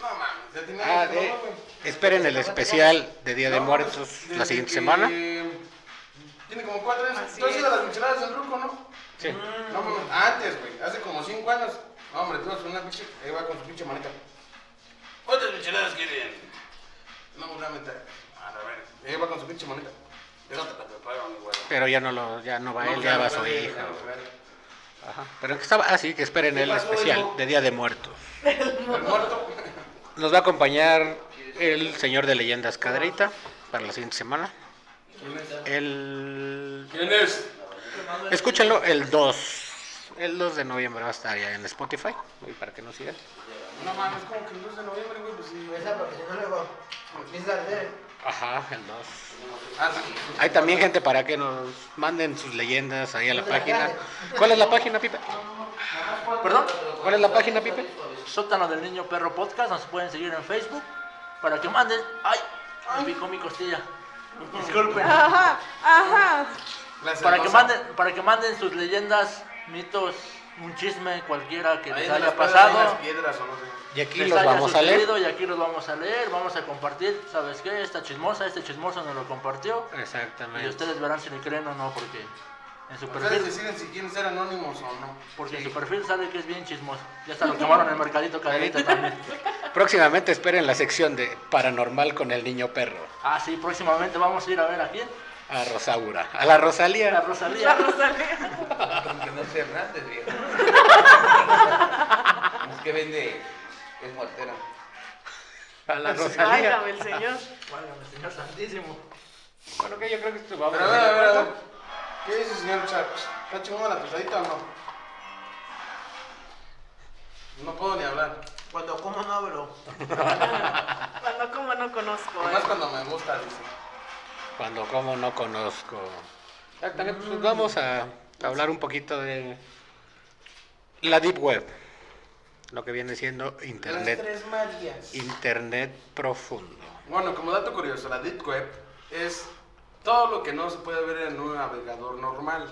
No mames, ya tiene Ah, el de- programa, güey. esperen el especial de Día de No, Muertos pues, la desde siguiente que- semana. Tiene como cuatro años. Así Tú has ido a es. las micheladas del Ruco, ¿no? Mm. Sí. No, mames, antes, güey, hace como 5 años. No, hombre, tú vas con una pinche, ahí va con su pinche manita. ¿Cuántas micheladas quieren? No, una mitad. A la ver, ahí va con su pinche manita. Déjate la preparo, mi güey. Pero ya no lo, ya no va No, él, ya va no, su no, hijo. no, no, Ajá. Pero ¿en qué estaba, ah, sí, que esperen ¿Qué el pasó, especial hijo? de Día de Muertos. no. El muerto. Nos va a acompañar el señor de leyendas Caderita para la siguiente semana. ¿Quién es? El ¿Quién es? Escúchenlo el 2. El 2 de noviembre va a estar ya en Spotify. y para que nos sigan. No mames, como que el 2 de noviembre, güey, pues sí. Esa porque si no luego empieza a arder. Ajá, el 2. Ah, sí. Hay también gente para que nos manden sus leyendas ahí a la página. ¿Cuál es la página, Pipe? ¿Perdón? ¿Cuál es la página, Pipe? Sótano del Niño Perro Podcast. Nos pueden seguir en Facebook para que manden. ¡Ay! Me picó mi costilla. Disculpen. Ajá, ajá. La Para que, celosa. manden, para que manden sus leyendas, mitos, un chisme cualquiera que Ahí les en las haya piedras, pasado. ahí en las piedras o no sé. Y aquí les los haya vamos a leer. sucedido, Y aquí los vamos a leer, vamos a compartir. ¿Sabes qué? Esta chismosa, este chismoso nos lo compartió. Y Exactamente. ustedes verán si le creen o no, porque en su Ustedes perfil, deciden si quieren ser anónimos o no. porque en su perfil sale que es bien chismoso. Ya hasta lo quemaron en el mercadito caderita también. Próximamente esperen la sección de Paranormal con el niño perro. Ah, sí, próximamente vamos a ir a ver a quién. A Rosaura. A la A Rosalía. La Rosalía. Rosalía. Aunque no sea Hernández, viejo. es que vende. Es mortera. A la Rosalía. Válgame el señor. Válgame, señor santísimo. Bueno, que yo creo que esto va a Pero a ver, a ver, a ver. ver. ¿Qué dice señor Chaps? ¿Está chingona la tostadita o no? No puedo ni hablar. Cuando como no hablo. Cuando como no conozco. Más ¿eh? cuando me gusta, dice. Cuando como no conozco. Exactamente, pues vamos a hablar un poquito de la Deep Web, lo que viene siendo Las Internet, tres Marías. Internet profundo. Bueno, como dato curioso, la Deep Web es todo lo que no se puede ver en un navegador normal.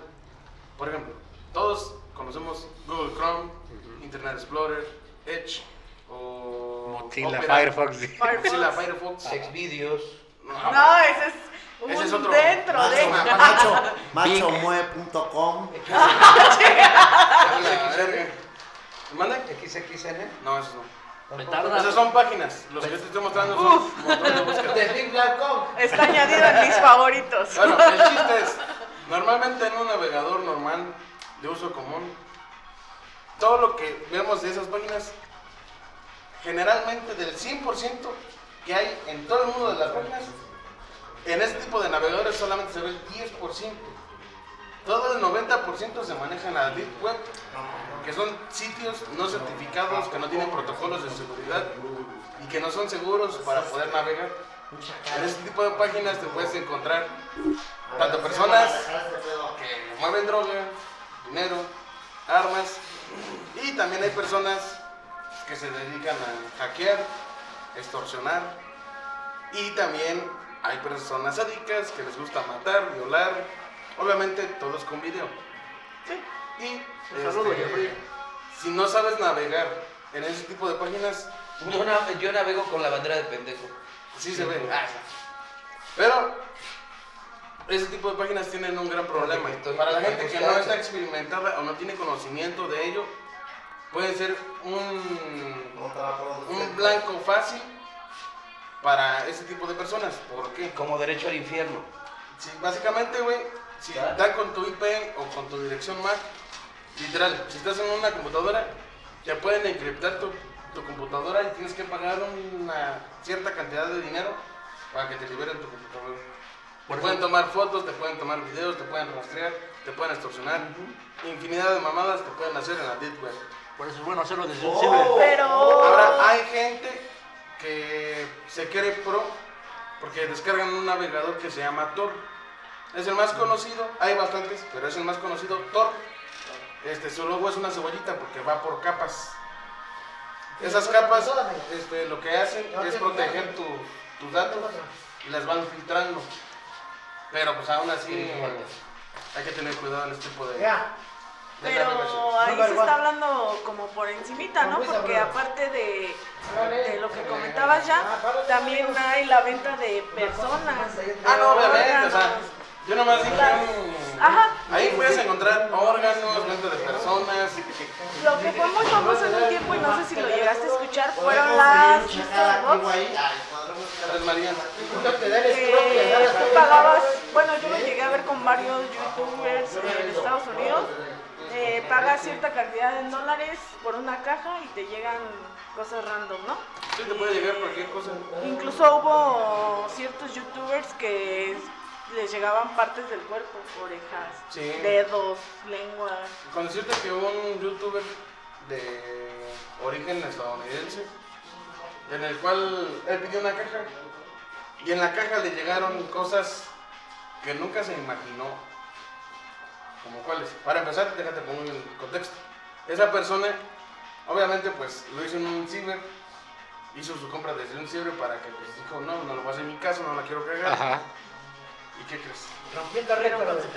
Por ejemplo, todos conocemos Google Chrome, Internet Explorer, Edge o Mozilla, Opera, Firefox. Mozilla Firefox. Firefox. Exvideos. No, eh? No, ese es un Ese es otro. dentro de. Ah, Ajá. Macho, machomue.com. la verga. ¿Mande? XXN. No, esos no. Esas Petarda. son páginas. Los que yo te estoy mostrando son un montón de búsquedas. De Big Black Com. Está añadido en mis favoritos. Bueno, el chiste es, normalmente en un navegador normal de uso común, todo lo que vemos de esas páginas, generalmente del 100% que hay en todo el mundo de las páginas, en este tipo de navegadores solamente se ve el 10%. Todo el 90% se maneja en la Deep Web, que son sitios no certificados, que no tienen protocolos de seguridad y que no son seguros para poder navegar. En este tipo de páginas te puedes encontrar tanto personas este que mueven droga, dinero, armas y también hay personas que se dedican a hackear, extorsionar y también hay personas sádicas que les gusta matar, violar, obviamente todos con video. Y saludo, este, Jeffrey. si no sabes navegar en ese tipo de páginas, Yo, na- yo navego con la bandera de pendejo. Sí se ve. Pero Ah, ese tipo de páginas tienen un gran problema. Porque estoy- Para la gente que estoy no buscando. está experimentada o no tiene conocimiento de ello, puede ser un, un blanco fácil para ese tipo de personas. ¿Por qué? Como derecho al infierno. Si, básicamente, güey, si da con tu IP o con tu dirección MAC, literal, si estás en una computadora, ya pueden encriptar tu, tu computadora y tienes que pagar una cierta cantidad de dinero para que te liberen tu computadora. Te pueden tomar fotos, te pueden tomar videos, te pueden rastrear, te pueden extorsionar. Infinidad de mamadas te pueden hacer en la deep web. Por eso es bueno hacerlo desde un ciber. Pero. Oh. Ahora hay gente que se cree pro porque descargan un navegador que se llama Tor. Es el más conocido, hay bastantes, pero es el más conocido Tor. Este, su logo es una cebollita porque va por capas. Esas capas este, lo que hacen es proteger tu- tus datos y las van filtrando. Pero pues aún así hay que tener cuidado en este tipo de, de Ya. navegación. Pero ahí se está hablando como por encimita, ¿no? pues, Con Porque guisa, bro. aparte de, de lo que comentabas ya, también hay la venta de personas. Ah, no, obviamente, o órganos. sea, yo nomás dije. mm, Ajá. Ahí puedes encontrar órganos, venta de personas. Lo que fue muy famoso en un tiempo y no sé si lo llegaste a escuchar fueron las fiestas de box. Ah, Tres Marías. que tú pagabas, bueno, yo lo llegué a ver con varios youtubers eh, de Estados Unidos, eh, pagas cierta cantidad en dólares por una caja y te llegan cosas random, ¿no? Sí, te puede llegar cualquier cosa. Incluso hubo ciertos youtubers que les llegaban partes del cuerpo, orejas, Sí. dedos, lengua. Con decirte que hubo un youtuber de origen estadounidense, en el cual él pidió una caja. Y en la caja le llegaron cosas que nunca se imaginó. Como cuáles. Para empezar, déjate poner en contexto. Esa persona, obviamente, pues lo hizo en un ciber. Hizo su compra desde un ciber para que pues, dijo, no, no lo voy a hacer en mi casa, no la quiero cagar. Ajá. ¿Y qué crees? Rompiendo Pero con récords. su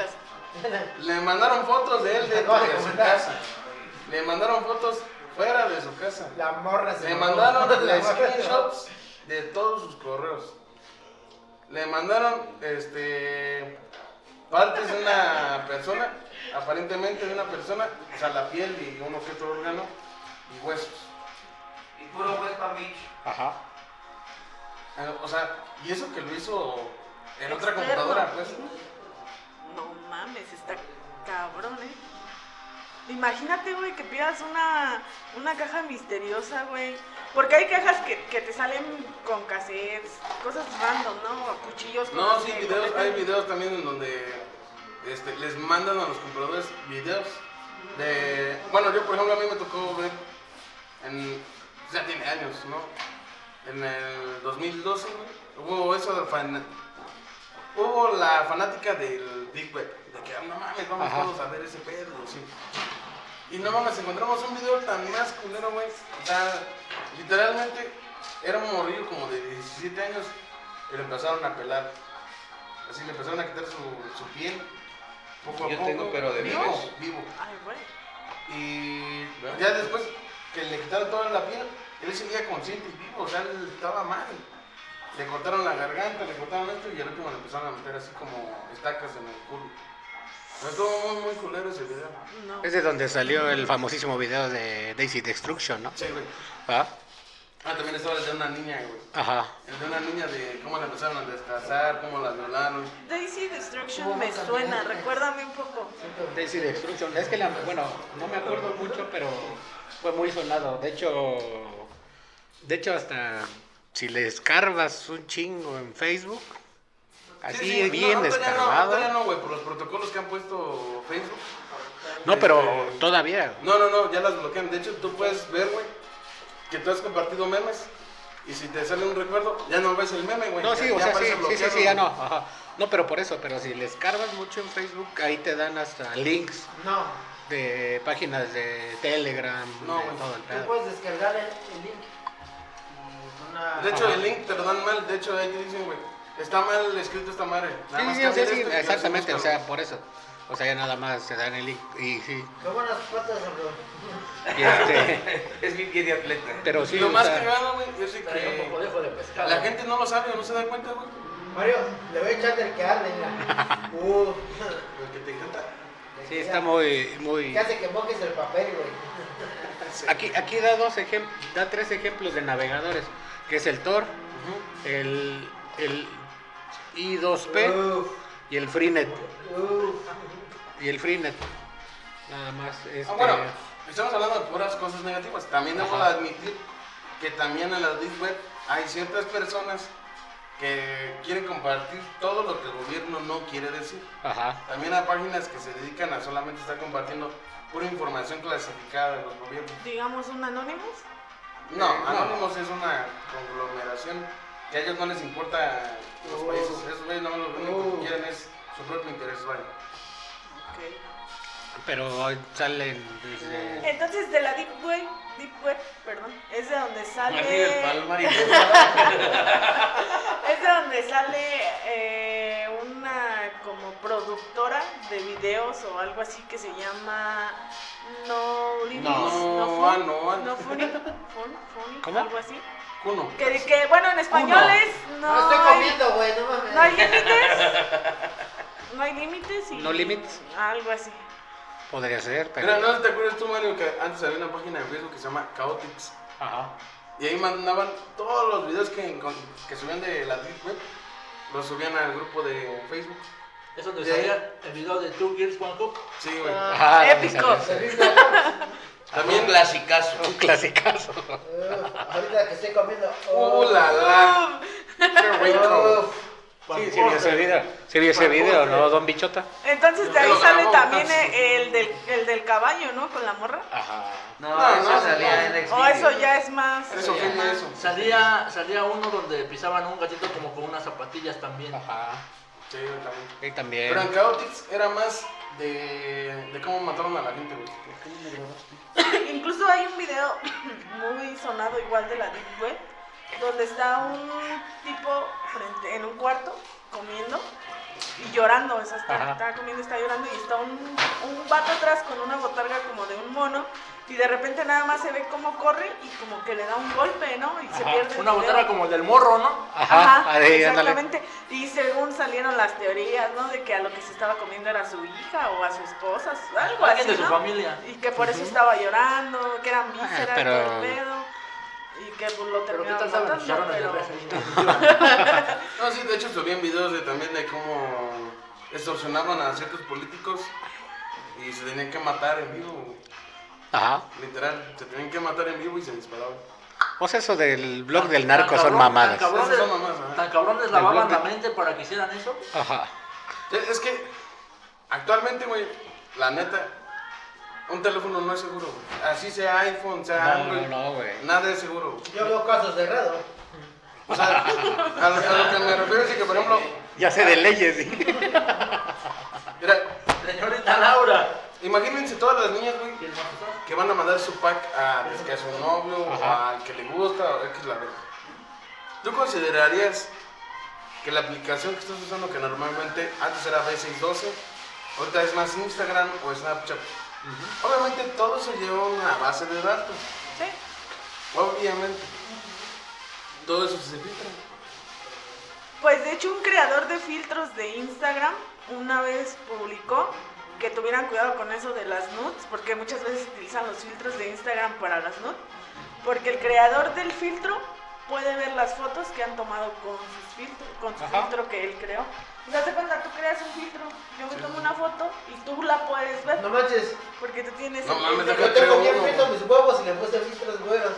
casa. Le mandaron fotos de él dentro de su casa. Le mandaron fotos fuera de su casa. La morra se Le mamó. mandaron La morra se screenshots de todos sus correos. Le mandaron este partes de una persona, aparentemente de una persona, o sea, la piel y uno que otro órgano y huesos. Y puro pues West Palm Beach. Ajá. Eh, O sea, y eso que lo hizo en otra Externo. computadora, pues. No mames, está cabrón, eh. Imagínate, güey, que pidas una, una caja misteriosa, güey. Porque hay cajas que, que te salen con cassettes, cosas random, ¿no? O cuchillos. No, cosas sí, que videos, hay completan- videos también en donde este, les mandan a los compradores videos de... Bueno, yo por ejemplo a mí me tocó ver en... Ya tiene años, ¿no? En el 2012 güey, hubo eso del fan... Hubo la fanática del Big Web, de que "Ah, no mames, vamos Ajá. todos a ver ese pedo, sí. Y no mames, encontramos un video tan más culero, güey. O sea, literalmente era un morrillo como de 17 años y lo empezaron a pelar. Así le empezaron a quitar su, su piel. Poco a Yo poco. tengo, pero de vivo. bebés. Vivo. Ay, güey. Y ya después que le quitaron toda la piel, él seguía consciente y vivo, o sea, él estaba mal. Le cortaron la garganta, le cortaron esto y al último le empezaron a meter así como estacas en el culo. Pero estuvo muy, muy culero ese video. No. Es de donde salió el famosísimo video de Daisy Destruction, ¿no? Sí, güey. Ah, Ah, también estaba el de una niña, güey. Ajá. El de una niña de cómo la empezaron a descasar, cómo la violaron. Daisy Destruction me suena, recuérdame un poco. Daisy Destruction. Es que, la, bueno, no me acuerdo mucho, pero fue muy sonado. De hecho, de hecho hasta si le escarbas un chingo en Facebook, así Sí, sí, bien no, ahorita ya No, escarbado. ahorita ya no, güey, por los protocolos que han puesto Facebook. No, pero todavía. No, no, no, ya las bloquean. De hecho, tú puedes ver, güey, que tú has compartido memes. Y si te sale un recuerdo, ya no ves el meme, güey. No, Ya- sí, ya o sea, sí, aparece sí, sí, bloqueado, sí, ya no. güey. ajá. No, pero por eso, pero si le escarbas mucho en Facebook, ahí te dan hasta links No, de páginas de Telegram, No, de güey. todo el tú pedo. puedes descargar el, el link. Y Una... De hecho, el link te lo dan mal. De hecho, ahí te dicen, güey, está mal escrito esta madre. Sí, sí, sí, o sea, sí, exactamente, o sea, por eso. O sea, ya nada más te dan el link y sí. Como unas patas, bro. Y este, Es bien, bien de atleta. pero Y sí, lo o más sea, cagado, güey, es de que de pescado. la gente no lo sabe o no se da cuenta, güey. Mario, le voy a echar del que arde, mira. Uh, El que te encanta. Sí, está muy, muy. Que hace que mojes el papel, güey. Aquí, aquí da dos ejem- da tres ejemplos de navegadores, que es el Tor, el, el I2P Uf, y el Freenet. uf. Y el Freenet. Nada más. Este, Ah, bueno, estamos hablando de puras cosas negativas. También debo Ajá. admitir que también en la Deep Web hay ciertas personas que quieren compartir todo lo que el gobierno no quiere decir. Ajá. También hay páginas que se dedican a solamente estar compartiendo pura información clasificada de los gobiernos. Digamos un Anonymous. No, Anonymous es una conglomeración que a ellos no les importa los Oh. países. Esos güeyes no, lo único Oh. que quieren es su propio interés, vaya. Ok. Pero hoy salen desde. Entonces, de la Deep Web, Deep Web, perdón, es de donde sale. y Es de donde sale eh, una como productora de videos o algo así que se llama No Limits, No, ah, Fun, no, ah. no Funny, Fun, Funny, ¿Cómo? algo así. Cuno. Que, que, bueno, en español Uno. es no, No estoy hay- comiendo, güey, no mames. no hay límites. No hay límites y No límites. Algo así. Podría ser, Mira, pero. no sé si te acuerdas tú, Mario, que antes había una página de Facebook que se llama Chaotix. Ajá. Y ahí mandaban todos los videos que, encon- que subían de la Deep Web, los subían al grupo de Facebook. Es donde ¿De ahí? salía el video de Two Girls One Cup. Sí, güey. Ajá, Épico. no me Se salió. risa, ¿no? También También un clasicazo. Un clasicazo. Uf, ahorita que estoy comiendo. ¡Uh, la la! ¡Qué rico! Uf. Sí, sí vio ese video. Sí vio ese video, ¿no, don Bichota? Entonces de Te ahí lo sale grabo, también ¿no? eh, el del, el del caballo, ¿no? Con la morra. Ajá. No, No, eso no, salía no. en Xvideos. O eso ya es más. Eres ofende eso. Salía, salía uno donde pisaban un gatito como con unas zapatillas también. Ajá. Sí, güey, Y también. también. Pero en Chaotix era más de, de cómo mataron a la gente, güey. Incluso hay un video muy sonado igual de la Deep Web, donde está un tipo frente, en un cuarto comiendo y llorando, o sea, Ajá. está, está comiendo, está llorando y está un, un vato atrás con una botarga como de un mono y de repente nada más se ve cómo corre y como que le da un golpe, ¿no? Y se Ajá, pierde. el Una video. botarga como el del morro, ¿no? Ajá, ahí, ándale. exactamente. Y según salieron las teorías, ¿no? De que a lo que se estaba comiendo era su hija o a su esposa, algo así, Alguien de su ¿no? familia. Y que por eso estaba llorando, que eran vísceras, Ah, pero- todo el pedo. Y que pues, lo Pero qué terminaron tal saben los matando, chicharrones de pero- res No, sí, de hecho subían videos de, también de cómo extorsionaban a ciertos políticos y se tenían que matar en vivo, güey. Ajá. Literal, se tenían que matar en vivo y se disparaban. O sea, Pues eso del blog Tan- del narco tan son cabrón- mamadas. Tan cabrones, Esas son mamadas, ajá. tan cabrones blog lavaban de- la mente para que hicieran eso. Ajá. Eh, Es es que actualmente, güey, la neta, un teléfono no es seguro, güey. Así sea iPhone, sea No, Android, no, no, güey. nada es seguro. güey. Yo veo casos cerrados. O sea, a lo, a lo que me refiero es que, por ejemplo, Ya sé de leyes. sí. mira, Señorita Laura. imagínense todas las niñas, güey, que van a mandar su pack a, es que a su novio, o Ajá. al que le gusta, o X la verga. ¿Tú considerarías que la aplicación que estás usando, que normalmente antes era B612, ahorita es más Instagram o Snapchat? Obviamente todo se lleva a una base de datos. Sí. Obviamente. Todo eso se filtra. Pues de hecho un creador de filtros de Instagram una vez publicó que tuvieran cuidado con eso de las nudes, porque muchas veces utilizan los filtros de Instagram para las nudes, porque el creador del filtro puede ver las fotos que han tomado con sus filtros, con su Ajá. filtro que él creó. O sea, te cuenta, tú creas un filtro, yo me tomo una foto y tú la puedes ver, No manches. porque tú tienes No el mames, filtro. Yo tengo bien fritos mis huevos y le puse filtros güeros.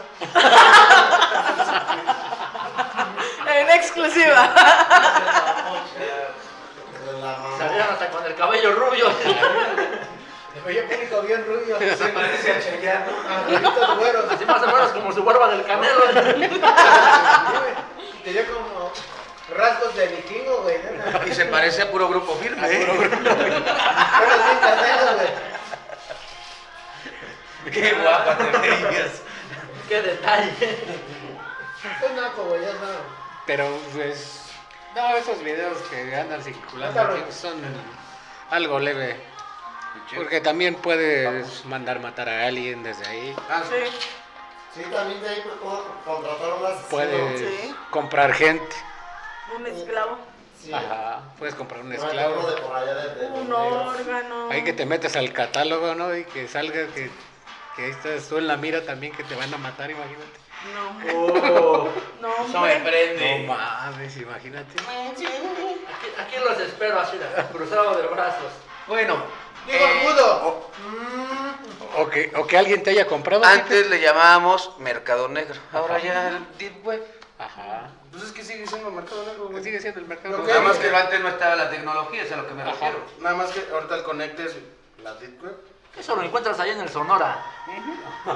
en exclusiva. La mamá. Salían hasta con el cabello rubio. Me veía público bien rubio. Se parece a Chayanne. Ah, fritos güeros. Así más o menos como su barba del canelo. Tenía como rasgos de vikingo, güey. ¿no? Y se parece a puro grupo firme. ¿eh? Pero bien carneros, güey. Qué guapa te veías. Qué detalle. Soy naco, güey, ya sabes. Pero pues. No, esos videos que andan circulando Cuéntalo. aquí son algo leve. Porque también puedes mandar matar a alguien desde ahí. Ah, Sí, Sí, también de ahí puedo contratar un asesino. Puedes Sí. comprar gente. un esclavo. Sí, Sí. Ajá, puedes comprar un Uno esclavo. de por allá de- de- Un de- órgano. Ahí que Ah. te metes al catálogo, ¿no? Y que salga, que, que ahí estás tú en la mira también, que te van a matar, imagínate. No, Oh, no, eso me hombre. No prende. mames, imagínate. Aquí, aquí los espero así, cruzado de brazos. Bueno, Digo, eh, mudo. Oh. o- Mm. O que, o que alguien te haya comprado. antes le llamábamos Mercado Negro. Ahora ya el Deep Web. Ajá. Pues es que sigue siendo mercado negro, Pues güey. sigue siendo el mercado. Ok. Nada más que antes no estaba la tecnología, es a lo que me refiero. Nada más que ahorita el Connect es la Deep Web. Eso lo encuentras ahí en el Sonora.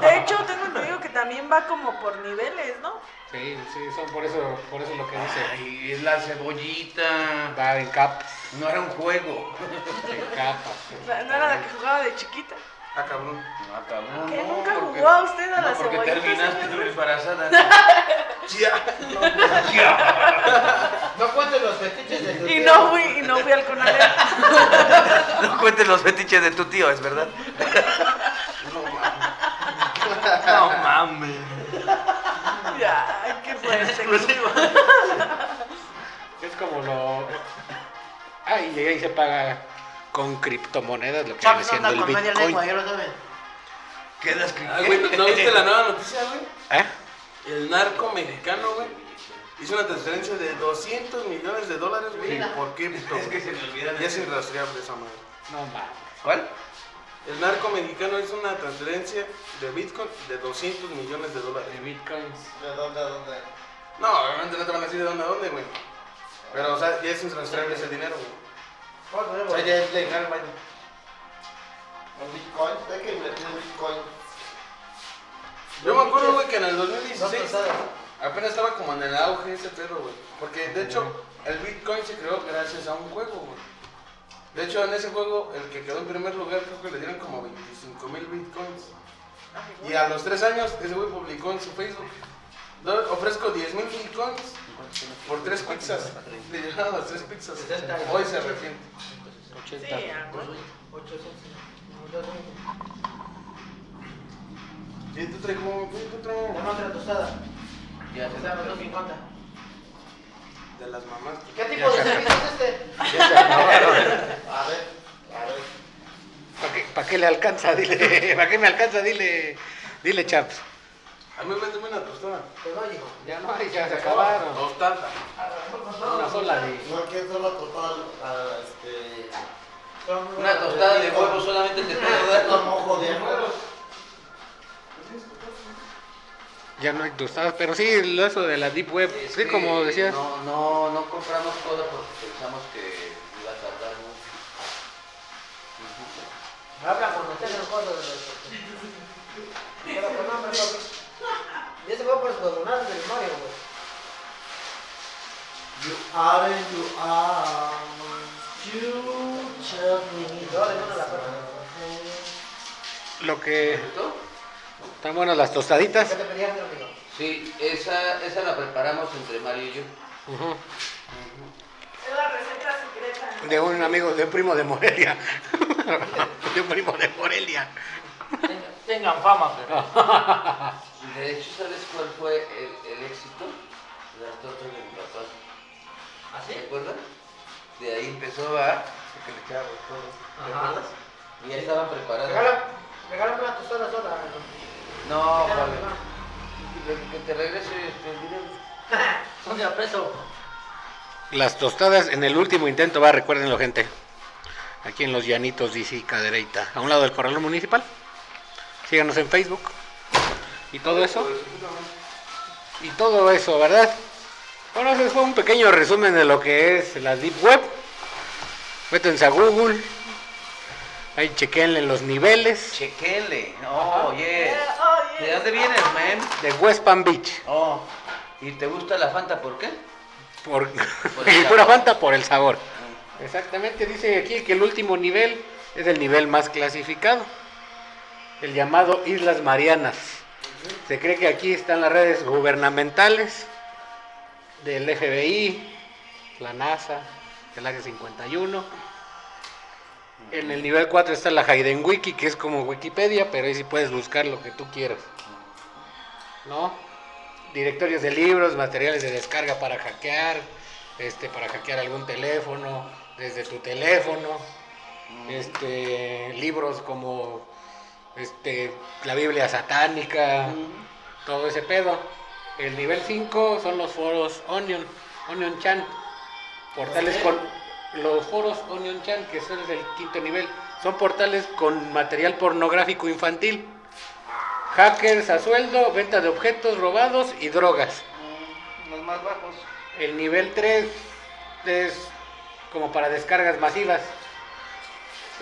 De hecho, tengo entendido que también va como por niveles, ¿no? Sí, sí, son por eso, por eso lo que dice. Ay, es la cebollita. Va en capas, No era un juego. en capas. O sea, No era la que jugaba de chiquita. Ah, cabrón. No, cabrón, ¿Qué? no, ¿Nunca porque- jugó a usted a no, la porque cebollita, terminaste señor? embarazada. No cuentes los fetiches de tu Y tío. no fui, y no fui al Conalep. No cuentes los fetiches de tu tío, es verdad. No mames. Ay, qué fuerte. Exclusivo. Es como lo. Ay, y ahí se paga con criptomonedas lo que viene Chaps siendo anda el con media lengua, Bitcoin. ya lo saben. Quedas que. Ah, güey, ¿no, no viste la nueva noticia, güey? ¿Eh? El narco mexicano, güey, hizo una transferencia de 200 millones de dólares, güey, por cripto. Es que se me olvida. güey. Y es irrastreable esa madre. No mames. ¿Cuál? El narco mexicano hizo una transferencia de Bitcoin de 200 millones de dólares. De bitcoins. ¿De dónde a dónde? No, obviamente no te van a decir de dónde a dónde, güey. Pero, o sea, ya es intransferable ese dinero, güey. O sea, ya es legal, vaya. ¿En Bitcoin? Hay que invertir en Bitcoin. Yo me acuerdo, güey, que en el No 2016 pesadas. apenas estaba como en el auge ese pedo, güey. Porque, de hecho, el Bitcoin se creó gracias a un juego, güey. De hecho, en ese juego, el que quedó en primer lugar, creo que le dieron como 25 mil Bitcoins. Y a los tres años, ese güey publicó en su Facebook, "Do- ofrezco 10 mil Bitcoins por tres pizzas. Le llegaron las tres pizzas. Hoy se arrepiente. Sí, ah, bueno. 800. ¿Y tú traes como, tú traes Una otra tostada. Ya O sea, los 250. de las mamás? ¿Qué tipo de servicio es este? A ver, a ver. ¿Para qué, pa' qué le alcanza? Dile. ¿Para qué me alcanza? Dile. Dile, chaps. A mí me una tostada. Pues no, hijo. Ya no hay, ya se acabaron. Tostada. Una sola de. No quiero solo total a este. Una tostada de huevo solamente te puedo dar. Como ojo de huevo. Ya no hay tostadas, pero sí, lo eso de la Deep Web. Es Sí, que como decías. No, no, no compramos cosas porque pensamos que iba a tardar mucho. Habla cuando estés en el fondo de los. Pero pues, con hambre, papi. Ya se fue por los donados del Mario, güey. You are and you are. You tell No, me. de mano a la perra. Lo que. ¿Te gustó? Están buenas las ¿Qué tostaditas. te pedías, mi amigo? Sí, esa, esa la preparamos entre Mario y yo. Ujú. Es la receta secreta. Eh, De un amigo, de un primo de Morelia. De un primo de Morelia. Tengan- Tengan fama, pero. De hecho, ¿sabes cuál fue el, el éxito? Las tortas de mi papá. ¿Ah, sí? ¿Te acuerdas? De ahí empezó a... Porque le echaba todo. ¿Te Ajá. acuerdas? Y ya estaban preparadas. Regala- Regálame una tostada sola. güey. No, Regálame vale. una. Que- Que te regrese este, el dinero. Son de a peso. Las tostadas en el último intento va, recuérdenlo, gente. Aquí en los Llanitos, DC Cadereita, a un lado del Corralón Municipal. Síganos en Facebook. Y todo eso. Y todo eso, ¿verdad? Bueno, ese fue un pequeño resumen de lo que es la Deep Web. Métanse a Google. Ahí chequenle los niveles. Chequele. No, yes. Eh, oh, yes. ¿De dónde vienes, man? De West Palm Beach. Oh, ¿y te gusta la Fanta por qué? Por, el y pura sabor. Fanta por el sabor. Exactamente, dice aquí que el último nivel es el nivel más clasificado, el llamado Islas Marianas. Se cree que aquí están las redes gubernamentales del FBI, la NASA, el Área 51. En el nivel 4 está la Hayden Wiki, que es como Wikipedia, pero ahí sí puedes buscar lo que tú quieras. ¿No? Directorios de libros, materiales de descarga para hackear, este, para hackear algún teléfono, desde tu teléfono, este, libros como este, la Biblia satánica, todo ese pedo. El nivel 5 son los foros Onion, Onion Chan, portales Ok. con los foros Onion Chan, que son el quinto nivel, son portales con material pornográfico infantil. Hackers a sueldo, venta de objetos robados y drogas. Mm, Los más bajos. El nivel 3 es como para descargas masivas.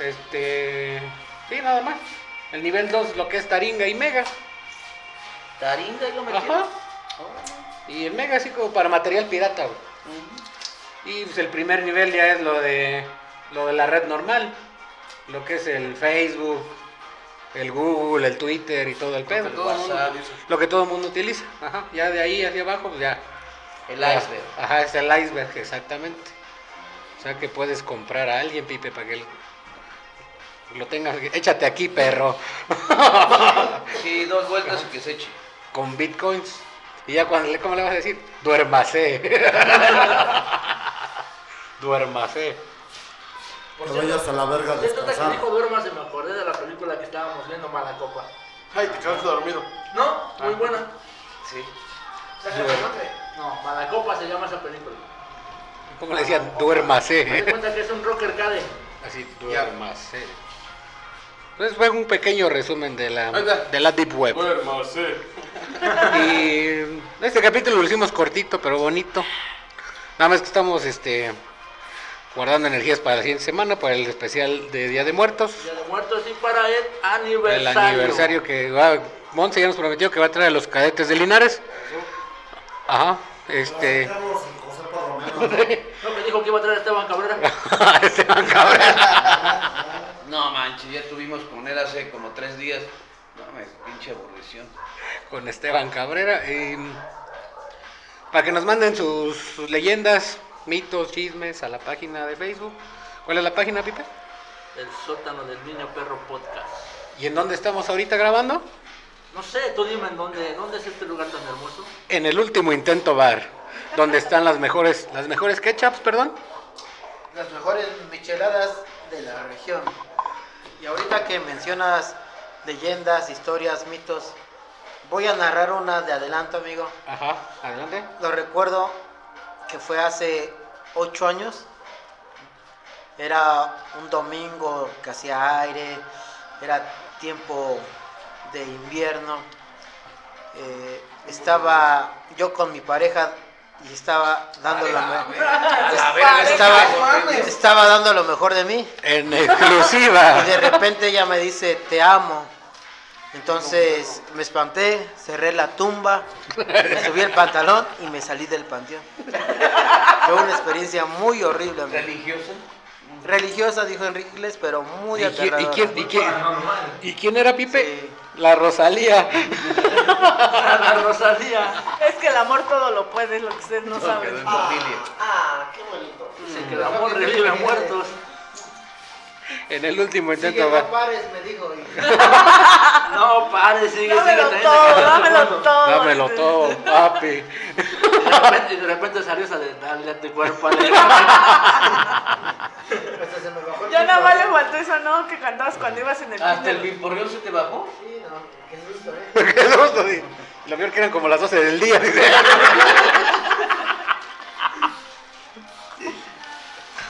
Este. Sí, nada más. El nivel 2 lo que es Taringa y Mega. Taringa, y lo metieron. Ajá. Y el Mega así como para material pirata, güey. Y pues el primer nivel ya es lo de lo de la red normal. Lo que es el Facebook, el Google, el Twitter y todo el pedo. El todo el mundo- WhatsApp y eso. lo que todo el mundo utiliza. Ajá. Ya de ahí hacia abajo, pues ya El iceberg. Ajá, es el iceberg, exactamente. O sea que puedes comprar a alguien, Pipe, para que él lo tenga. Échate aquí, perro. Sí, dos vueltas y que se eche. Con bitcoins. Y ya cuando le, ¿cómo le vas a decir? Duérmase. Duérmase. Que vayas a la verga a Ya trata que descansar. dijo Duerma, se me acordé de la película que estábamos viendo, Mala Copa. Ay, te quedaste dormido. ¿No? Muy Ah. buena. Sí. Sácale el nombre. No, Mala Copa se llama esa película. ¿Cómo le decían? Haz de Duérmase. cuenta que es un rocker cade. Así, duérmase. Entonces fue un pequeño resumen de la, de la Deep Web. Duérmase. Y este capítulo lo hicimos cortito, pero bonito. Nada más que estamos este, guardando energías para la siguiente semana, para el especial de Día de Muertos. Día de Muertos y para el aniversario. El aniversario que va, Monse ya nos prometió que va a traer a los cadetes de Linares. Ajá, este. Vamos a coser por lo menos. No, me dijo que iba a traer a Esteban Cabrera. Esteban Cabrera. No manches, ya tuvimos con él hace como tres días. No, me pinche aburrición. Con Esteban Cabrera. y, para que nos manden sus, sus leyendas, mitos, chismes a la página de Facebook. ¿Cuál es la página, Pipe? El sótano del niño perro podcast. ¿Y en dónde estamos ahorita grabando? No sé, tú dime en dónde, dónde es este lugar tan hermoso. en el último intento bar, donde están las mejores, las mejores ketchups, perdón. las mejores micheladas de la región. Y ahorita que mencionas leyendas, historias, mitos, voy a narrar una de adelanto, amigo. Ajá, adelante. Lo recuerdo que fue hace ocho años. Era un domingo que hacía aire, era tiempo de invierno. Eh, estaba yo con mi pareja y estaba dando la me- estaba, estaba dando lo mejor de mí En y exclusiva. de repente ella me dice te amo. Entonces me espanté, cerré la tumba, me subí el pantalón y me salí del panteón. Fue una experiencia muy horrible. amigo. ¿Religiosa? Religiosa, dijo Enríquez, pero muy ¿Y, qui- y aterradora. quién, y quién- y quién era Pipe? Sí. La Rosalía. La Rosalía. Es que el amor todo lo puede, es lo que ustedes no Todo saben. quedó en familia. Ah, qué bonito. Que el amor revive a muertos. En el último Sigue, intento no bar. pares, me dijo. y- No, pare, sigue, sigue. Dámelo también te todo, quedaste dámelo jugando. todo. este, Dámelo todo, papi. Y de repente, y de repente salió esa de dale a tu cuerpo. alegría". Hasta se me bajó el Yo nada más le pico. faltó eso, ¿no? Que cantabas cuando ibas en el ¿Hasta el kinder. bimporrión se te bajó? Sí, no, qué susto, ¿eh? Qué susto, sí. Lo peor que eran como las 12 del día. dice.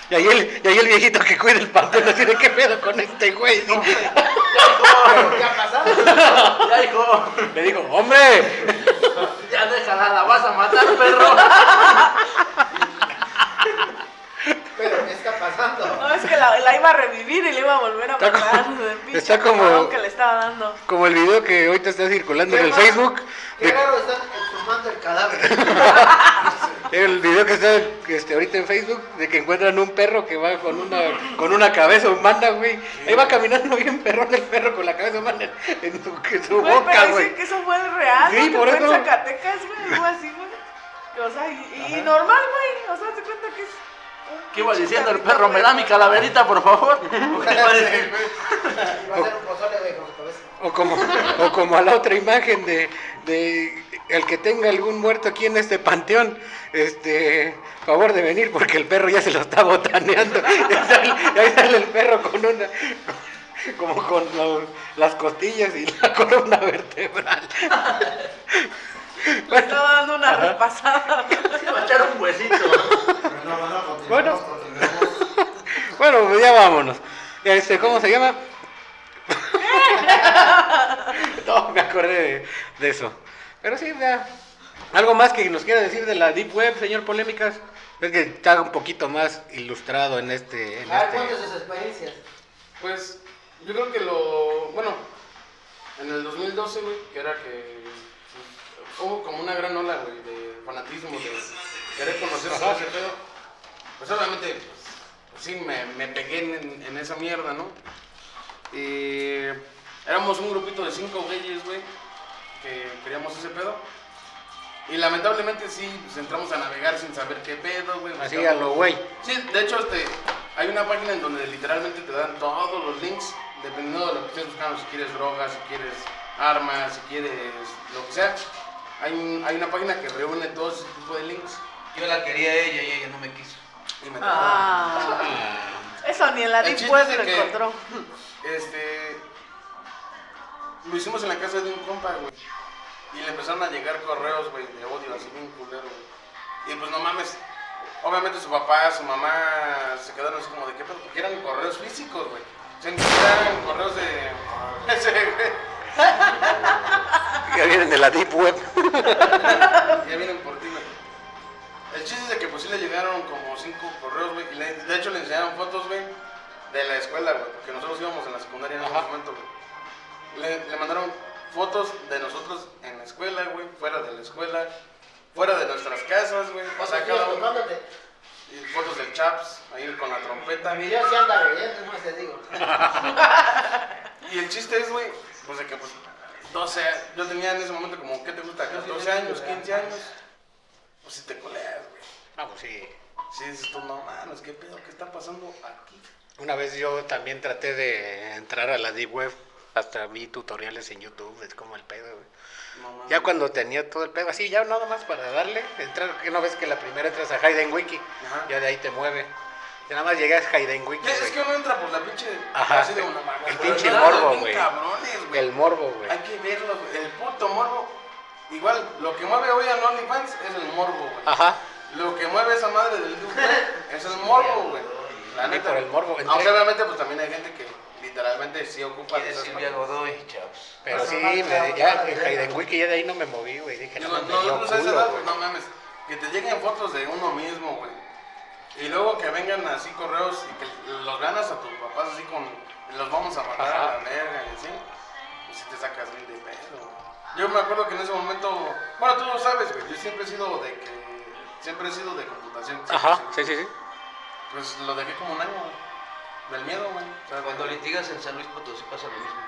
Y ahí, el, y ahí el viejito que cuida el panteón así de qué pedo con este güey. ¿Qué ha pasado? Ya dijo, Le digo, hombre, ya déjala, la vas a matar, perro. Pero, ¿qué está pasando? No, es que la, la iba a revivir y le iba a volver a Está matar. como- de pinche está como- cabrón que le estaba dando. Como el video que ahorita está circulando en el Qué raro- Facebook. Qué raro están exhumando el cadáver. El video que está este, ahorita en Facebook de que encuentran un perro que va con una con una cabeza humana, güey. Ahí va caminando bien perrón el perro con la cabeza humana en su, en su Güey, boca, pero güey. dicen que eso fue el real, Sí, ¿no? que por fue eso. en Zacatecas, güey, algo así, güey. O sea, y, y normal, güey. O sea, se cuenta que es. un ¿Qué iba pinche diciendo el perrito, perro? ¿Me güey. da mi calaverita, por favor? ¿Qué iba a decir? Y va a ser un pozole, güey, con su cabeza. O como, o como a la otra imagen de, de el que tenga algún muerto aquí en este panteón, este, favor de venir porque el perro ya se lo está botaneando. Ya sale, ya sale el perro con una, como con lo- las costillas y la columna vertebral. Le estaba dando una repasada. Se va a echar un huesito. Bueno, bueno, continuamos, Bueno. continuamos. Bueno, pues ya vámonos. Este, ¿cómo se llama? no, me acordé de, de eso. Pero sí, ya. Algo más que nos quiera decir de la Deep Web, señor Polémicas. Es que está un poquito más ilustrado en este. En Ah, este- cuéntanos sus experiencias. Pues yo creo que lo. Bueno, en el 2012, güey, que era que. pues, hubo como una gran ola, güey, de fanatismo, de querer conocer todo ese pedo. Pues obviamente, pues, sí, me, me pegué en, en esa mierda, ¿no? Y. Éramos un grupito de cinco güeyes, güey, que queríamos ese pedo. Y lamentablemente sí, pues, entramos a navegar sin saber qué pedo, güey. Así a lo güey. Sí, de hecho, este, hay una página en donde literalmente te dan todos los links, dependiendo de lo que estés buscando, si quieres drogas, si quieres armas, si quieres lo que sea. Hay, un- hay una página que reúne todo ese tipo de links. Yo la quería a ella y ella no me quiso. Y me Ah. Eso ni en la El Deep chiste Web es de lo que- encontró. Este. Lo hicimos en la casa de un compa, güey. Y le empezaron a llegar correos, güey, de odio, así bien culero, güey. Y pues no mames. Obviamente su papá, su mamá se quedaron así como de qué pedo, porque eran correos físicos, güey. Se eran correos de. Ese, güey. Ya vienen de la Deep Web. Ya vienen por ti, güey. El chiste es de que pues sí le llegaron como cinco correos, güey. Y le- de hecho le enseñaron fotos, güey, de la escuela, güey. Porque nosotros íbamos en la secundaria en ese momento, güey. Le, le mandaron fotos de nosotros en la escuela, güey, fuera de la escuela, fuera de nuestras casas, güey. O sea, cada uno. Tocándote. Y fotos del Chaps, ahí con la trompeta. Mi Dios, se anda leyendo, es más te digo. Y el chiste es, güey, pues de que, pues, 12, yo tenía en ese momento como, ¿qué te gusta? 14 años, 15 años. Pues si te coleas, güey. No, pues sí. Sí, dices tú, no mames, ¿qué pedo? ¿Qué está pasando aquí? Una vez yo también traté de entrar a la Deep Web. Hasta vi tutoriales en YouTube. Es como el pedo, güey. No mames. Ya cuando tenía todo el pedo, así ya nada más para darle, entrar, que no ves que la primera entras a Hayden Wiki, Ajá. ya de ahí te mueve. Ya nada más llegas a Hayden Wiki, Ya, es güey. que uno entra por la pinche. Ajá. Así de una mamá, El güey. pinche Pero morbo, bien güey. cabrones, güey. el morbo, güey. Hay que verlo, güey. El puto morbo. Igual, lo que mueve hoy a OnlyFans es el morbo, güey. Ajá. Lo que mueve esa madre del Duke, güey, es el morbo, güey. La Sí, neta. por el morbo, entré. Aunque obviamente, pues también hay gente que literalmente sí ocupa. Quiere esas Silvia madres. Godoy, chavos. Pero Pues sí, nomás te me, vamos a ya dar en de Hayden lejos. Wiki, ya de ahí no me moví, güey. Dije, no, Digo, no, no, nosotros a esa edad, culo, pues, güey. no mames. Que te lleguen fotos de uno mismo, güey. Y luego que vengan así correos y que los ganas a tus papás así con. Los vamos a mandar a la Ajá. verga y así. Pues si te sacas mil de pedo. güey. Yo me acuerdo que en ese momento. Bueno, tú lo sabes, güey. Yo siempre he sido de que. Siempre he sido de computación. Ajá, siempre he sí, sido. sí, sí. Pues lo dejé como un año, güey. Del miedo, güey. O sea, Cuando litigas en San Luis Potosí pasa lo mismo.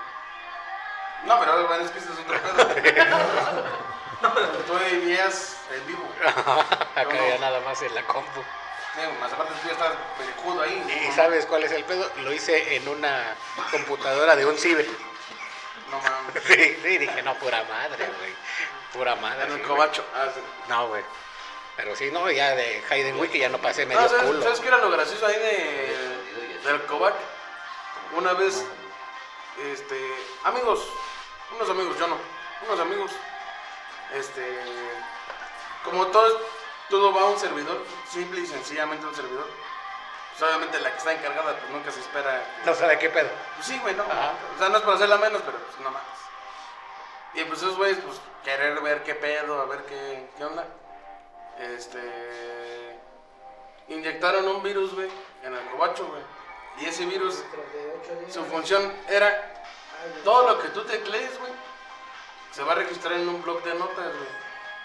No, pero güey, es que este es otro pedo. tú vivías en vivo. Acá No, no. ya nada más en la compu. Sí, más aparte tú ya estás perejudo ahí. ¿Y sabes cuál es el pedo? Lo hice en una computadora de un ciber. No mames. Sí, sí, dije, no, pura madre, güey. Pura madre. En un güey. cobacho. Ah, sí. No, güey. Pero sí, no, ya de Hayden Wiki ya no pasé medio No, ¿sabes, culo. ¿Sabes qué era lo gracioso ahí de, del Kovac? Una vez, este, amigos, unos amigos, yo no, unos amigos, este, como todo, todo va a un servidor, simple y sencillamente un servidor. Pues obviamente la que está encargada, pues nunca se espera. No sabe qué pedo. Pues sí, güey, no. Ajá. O sea, no es para hacerla menos, pero pues no más. Y pues esos güeyes, pues querer ver qué pedo, a ver qué, qué onda. Este. Inyectaron un virus, güey, en el cobacho, güey. Y ese virus, su función era todo lo que tú teclees, güey, se va a registrar en un blog de notas, güey.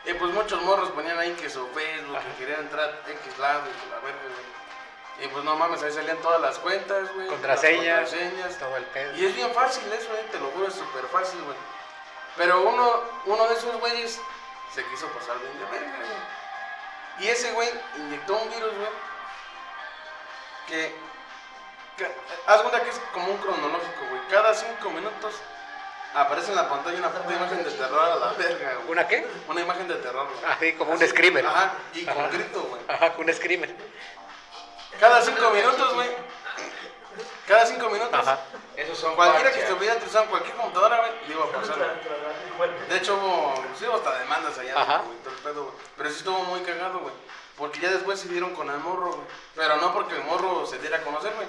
Y pues muchos morros ponían ahí que su Facebook, que querían entrar a X lado y que la verga, güey. Y pues no mames, ahí salían todas las cuentas, güey. las Contraseñas, contraseñas. todo el pedo. Y es bien fácil eso, güey, te lo juro, es súper fácil, güey. Pero uno, uno de esos güeyes se quiso pasar bien de verga, güey. Y ese güey inyectó un virus, güey, que que- Haz cuenta que es como un cronológico, güey. Cada cinco minutos aparece en la pantalla una puta imagen de terror a la verga, güey. ¿Una qué? Una imagen de terror, güey. Así Ah, como un Así, screamer. Ajá, y con grito, güey. Ajá, con un screamer. Cada cinco minutos, güey. Cada cinco minutos. Ajá. Esos son Cualquiera que parches. estuviera utilizando cualquier computadora, güey, le iba a pasar, güey. De hecho, hubo, sí hubo hasta demandas allá, Ajá. güey, todo el pedo, güey. Pero sí estuvo muy cagado, güey. Porque ya después se dieron con el morro, güey. Pero no porque el morro se diera a conocer, güey.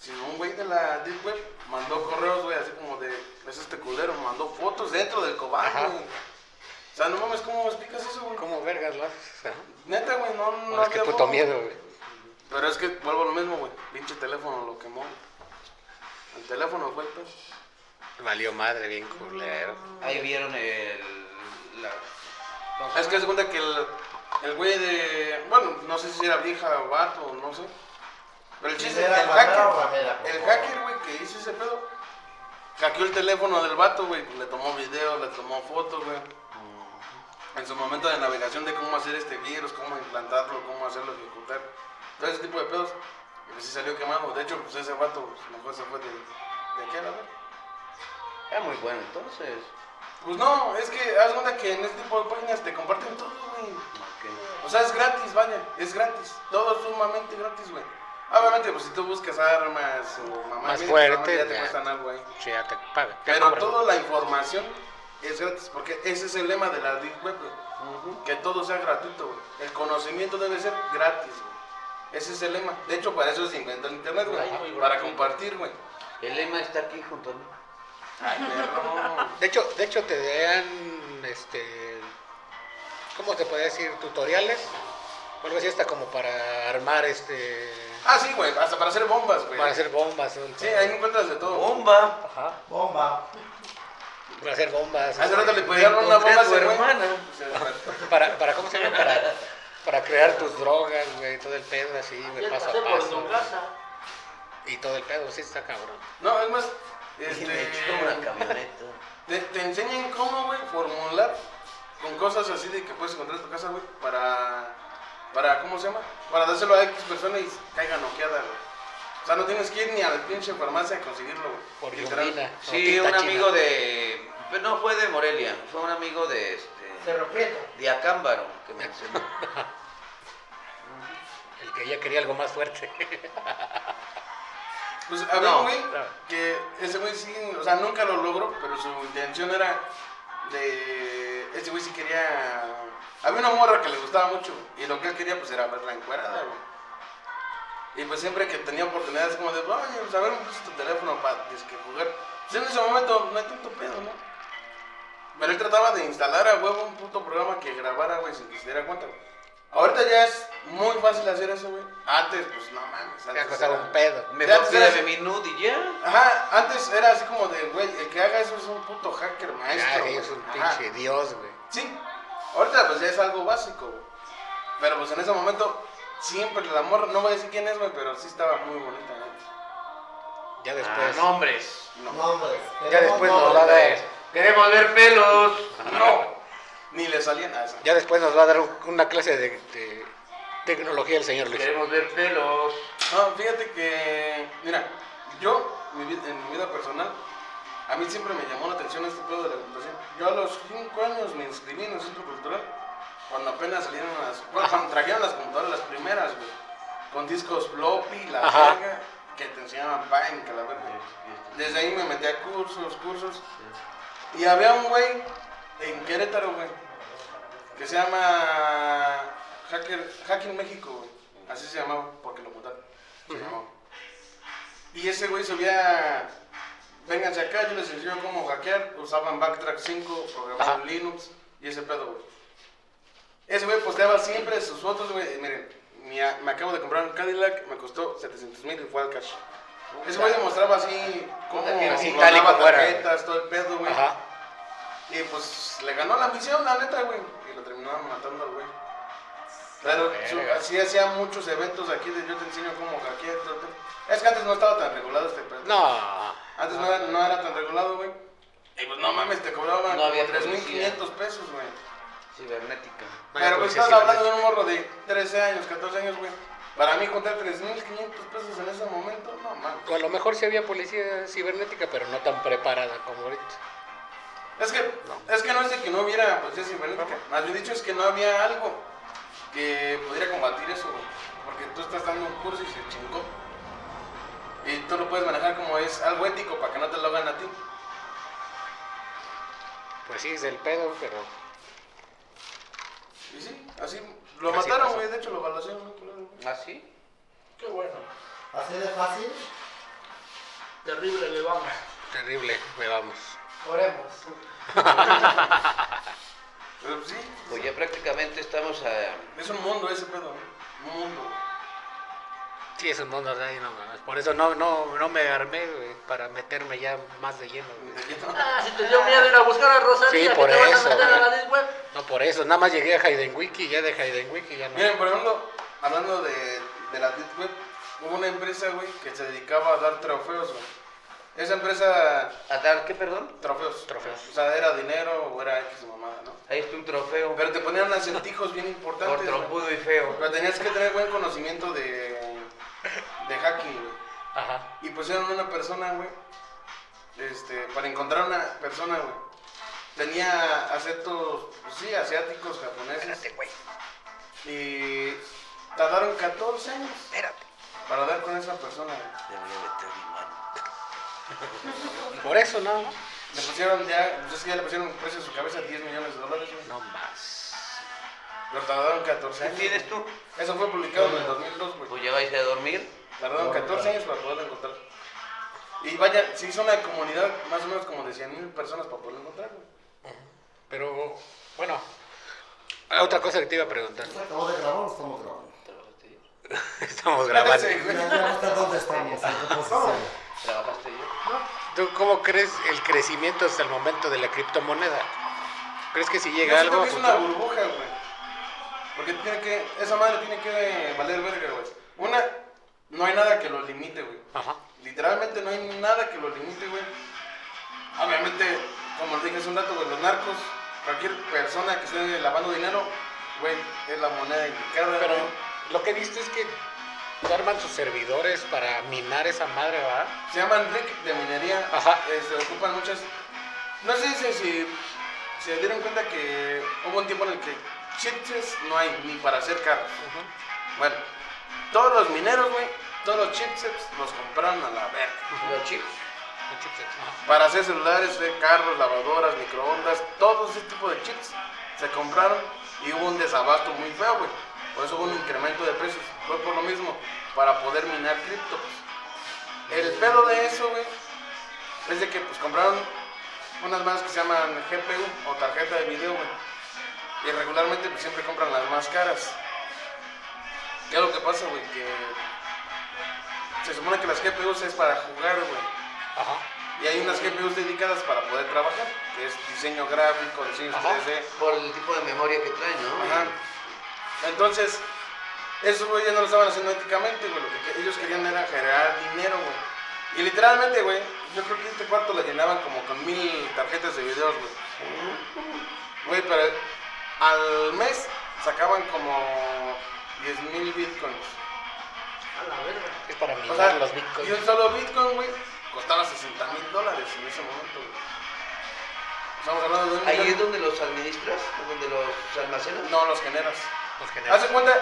Sino un güey de la Deep Web mandó correos, güey, así como de, es este culero, mandó fotos dentro del cobar, Ajá. güey. O sea, no mames, ¿cómo explicas eso, güey? ¿Cómo vergas lo haces? Ajá. Neta, güey, no, no. Bueno, es que había puto forma. miedo, güey. Pero es que vuelvo a lo mismo, güey. Pinche teléfono lo quemó. El teléfono fue el pedo. Valió madre, bien culero. Ahí vieron eh, el. La... ¿cómo se Es que llama? se cuenta que el, el güey de. Bueno, no sé si era vieja o vato, no sé. Pero el chiste es Era que el mamera hacker. o mamera, por El favor. hacker, güey, que hizo ese pedo. Hackeó el teléfono del vato, güey. Le tomó video, le tomó fotos, güey. En su momento de navegación de cómo hacer este virus, cómo implantarlo, cómo hacerlo ejecutar. Todo ese tipo de pedos. Y pues sí salió quemado. De hecho, pues ese vato, pues, mejor se fue de. ¿De qué era, güey? Era muy bueno, entonces. Pues no, es que haz cuenta que en este tipo de páginas te comparten todo, güey. ok. O sea, es gratis, vaya, es gratis. Todo es sumamente gratis, güey. Obviamente, pues si tú buscas armas o mamá, Más mira, fuerte, ya te ya. cuestan algo ahí. Sí, ya te paga. te Pero cobran. toda la información es gratis, porque ese es el lema de la Deep Web, güey. Que todo sea gratuito, güey. El conocimiento debe ser gratis, güey. Ese es el lema. De hecho, para eso se inventó el internet, güey. Ay, güey, Para güey. compartir, güey. El lema está aquí junto a mí. Ay, perro. De hecho, de hecho te dan, este, ¿cómo te podría decir? Tutoriales. O algo así hasta como para armar, este, Ah, sí, güey. Hasta para hacer bombas, güey. para hacer bombas. ¿no? Sí, ahí encuentras de todo. ¡Bomba! Ajá, Bomba. para hacer bombas. Hace este, rato le podía dar una Encontré bomba a a tu ese güey. hermana. Se despertó. para, para, ¿cómo se llama? Para, para crear tus drogas, güey, todo el pedo así, güey, Ya paso pasé a por paso. tu casa. Y todo el pedo, sí está cabrón. No, es más, Y este, me echó una camioneta. te, te enseñan cómo, güey, formular con cosas así de que puedes encontrar en tu casa, güey, para, para, ¿cómo se llama? Para dárselo a X persona y caiga noqueada, güey. O sea, no tienes que ir ni a la pinche farmacia a conseguirlo, güey. Por Literal. Yumina. Sí, un amigo de. Pero no fue de Morelia, fue un amigo de este. Cerro Prieto. De Acámbaro, que me enseñó. El que ya quería algo más fuerte. Pues había No, un güey claro. que ese güey sí, o sea, nunca lo logró, pero su intención era de. Ese güey sí quería. Había una morra que le gustaba mucho y lo que él quería pues era verla encuerada, güey. Y pues siempre que tenía oportunidades como de, oye, pues a ver, me puse tu teléfono para jugar. Pues en ese momento no hay tanto pedo, ¿no? Pero él trataba de instalar a huevo un puto programa que grabara, güey, sin que se diera cuenta, güey. Ahorita ya es muy fácil hacer eso, güey. Antes, pues no mames. Me ha antes costado era- un pedo. Mejor te pídeme sabes. mi nude y ya. Ajá, antes era así como de, güey, el que haga eso es un puto hacker Ya, maestro. güey. es un Ajá. pinche dios, güey. Sí, ahorita pues ya es algo básico, güey. Pero pues en ese momento, siempre la morra, no voy a decir quién es, güey, pero sí estaba muy bonita, güey. Ya Ah, después. nombres. Nombres. Ya después nos va a eh. dar, Queremos ver pelos. No, ni le salía nada. esa. ya después nos va a dar un- una clase de, de tecnología el señor Luis. Queremos ver pelos. No, fíjate que, mira, yo mi vi- en mi vida personal, a mí siempre me llamó la atención este pedo de la computación. Yo a los 5 años me inscribí en el centro cultural cuando apenas salieron las, bueno, cuando trajeron las computadoras las primeras, güey, con discos floppy, la Ajá. verga, que te enseñaban Paint, que la verga. Desde ahí me metí a cursos, cursos. Y había un güey en Querétaro, güey, que se llama Hacker, Hacking México, güey. Así se llamaba, porque lo mutaron. Se llamaba. Y ese güey subía, vénganse acá, yo les enseño cómo hackear. Usaban Backtrack 5, programación Linux y ese pedo, güey. Ese güey posteaba siempre sus fotos, güey. y Miren, mi- me acabo de comprar un Cadillac, me costó 700 mil y fue al cash. Ese güey demostraba así cómo Así, clonaba tal y como era, güey. tarjetas, todo el pedo, güey. Ajá. Y pues le ganó la misión, la neta, güey. Y lo terminaron matando al güey. Claro, su- verga. así hacía muchos eventos aquí de yo te enseño cómo hackear. todo el pedo. Es que antes no estaba tan regulado este pedo. No. Antes no, era- no era tan regulado, güey. Y pues no mames, te cobraban No como había 3.500 pesos, güey. Cibernética. Pero pues policía estás cibernética. hablando de un morro de 13 años, 14 años, güey. Para mí contar 3.500 pesos en ese momento, no mames. O a lo mejor sí había policía cibernética, pero no tan preparada como ahorita. Es que, es que no es de que no hubiera policía cibernética. Más bien dicho, es que no había algo que pudiera combatir eso, güey. Porque tú estás dando un curso y se chingó. Y tú lo puedes manejar como es algo ético para que no te lo hagan a ti. Pues sí, es el pedo, pero. Y sí, así lo Así mataron, pasó. güey. De hecho, lo balacearon. ¿no? Culero, güey. ¿Ah, sí? Qué bueno. Así de fácil. Terrible, le vamos. Terrible, güey, vamos. Oremos. Pero sí, Pues ya prácticamente estamos a... es un mundo ese pedo, güey. Un mundo. Sí, es un mundo de ahí, no mames. Por eso no, no, no me armé, güey, para meterme ya más de lleno, güey. Ah, si te dio miedo ir a buscar a Rosalía, Sí, que por te vas eso, a meter a la güey. Deep Web. No por eso, nada más llegué a Hayden Wiki, ya de Hayden Wiki ya no. Miren, por ejemplo, hablando de, de la Deep Web, hubo una empresa, güey, que se dedicaba a dar trofeos, güey. Esa empresa, ¿A dar qué, perdón? trofeos. Trofeos. O sea, era dinero o era X mamada, ¿no? Ahí está un trofeo. Pero te ponían acertijos bien Por importantes. güey. trompudo y feo. Pero tenías que tener buen conocimiento de, de hacking, güey. Ajá. Y pusieron una persona, güey. Este, para encontrar una persona, güey. Tenía acentos, pues sí, asiáticos, japoneses. güey, Y tardaron 14 años espérate. para dar con esa persona, güey. Le voy a meter mi mano. Por eso no, no. Le pusieron ya, pues es que ya le pusieron un precio a su cabeza 10 millones de dólares, güey. No más. Pero tardaron 14 ¿Qué años. tienes tú? Eso fue publicado en el 2002, güey. Pues ya vais a dormir. Tardaron 14 años para poderlo encontrar. Y vaya, se hizo una comunidad más o menos como de 100 mil personas para poderlo encontrar, güey. Pero, bueno. ah, Otra cosa que te iba a preguntar. ¿Se acabó de grabar o estamos grabando? Pues Estamos grabando. Sí, güey. Ya, ya no sé dónde estamos, en qué posición. ¿Trabajaste yo? ¿Tú cómo crees el crecimiento hasta el momento de la criptomoneda? ¿Crees que si Yo llega siento algo a que es una pues, futuro? burbuja, güey. Porque tiene que, esa madre tiene que valer verga, güey. Una, no hay nada que lo limite, güey. Ajá. Literalmente no hay nada que lo limite, güey. Obviamente, como les dije hace un rato, güey, los narcos, cualquier persona que esté lavando dinero, güey, es la moneda indicada. Pero güey. lo que viste es que se arman sus servidores para minar esa madre, ¿verdad? se llaman RIC de minería. Ajá. Eh, se ocupan muchas. No sé si, si se dieron cuenta que hubo un tiempo en el que chipsets no hay ni para hacer carros. Bueno, todos los mineros, güey, todos los chipsets los compraron a la verga. ¿Los chips? Un chipset, ajá. Para hacer celulares, hacer carros, lavadoras, microondas, todo ese tipo de chips se compraron y hubo un desabasto muy feo, güey. Por eso hubo un incremento de precios. Fue por lo mismo, para poder minar pues. criptos. El pedo de eso, güey, es de que pues compraron unas más que se llaman GPU o tarjeta de video, güey. Y regularmente pues, siempre compran las más caras. ¿Qué es lo que pasa, güey? Que se supone que las GPUs es para jugar, güey. Ajá. Y hay unas GPUs dedicadas para poder trabajar, que es diseño gráfico, diseño Ajá. 3D. Por el tipo de memoria que traen, ¿no? Ajá. Entonces, esos güey ya no lo estaban haciendo éticamente, güey. Lo que que ellos querían era generar dinero, güey. Y literalmente, güey, yo creo que este cuarto lo llenaban como con mil tarjetas de videos, güey. Güey, pero al mes sacaban como 10 mil bitcoins. Es para O minar sea, los y bitcoins. un solo bitcoin, güey, costaba 60 mil dólares en ese momento, güey. Estamos hablando de un Ahí millón- es donde los administras, donde los almacenas. No los generas. Los generas. Hace cuenta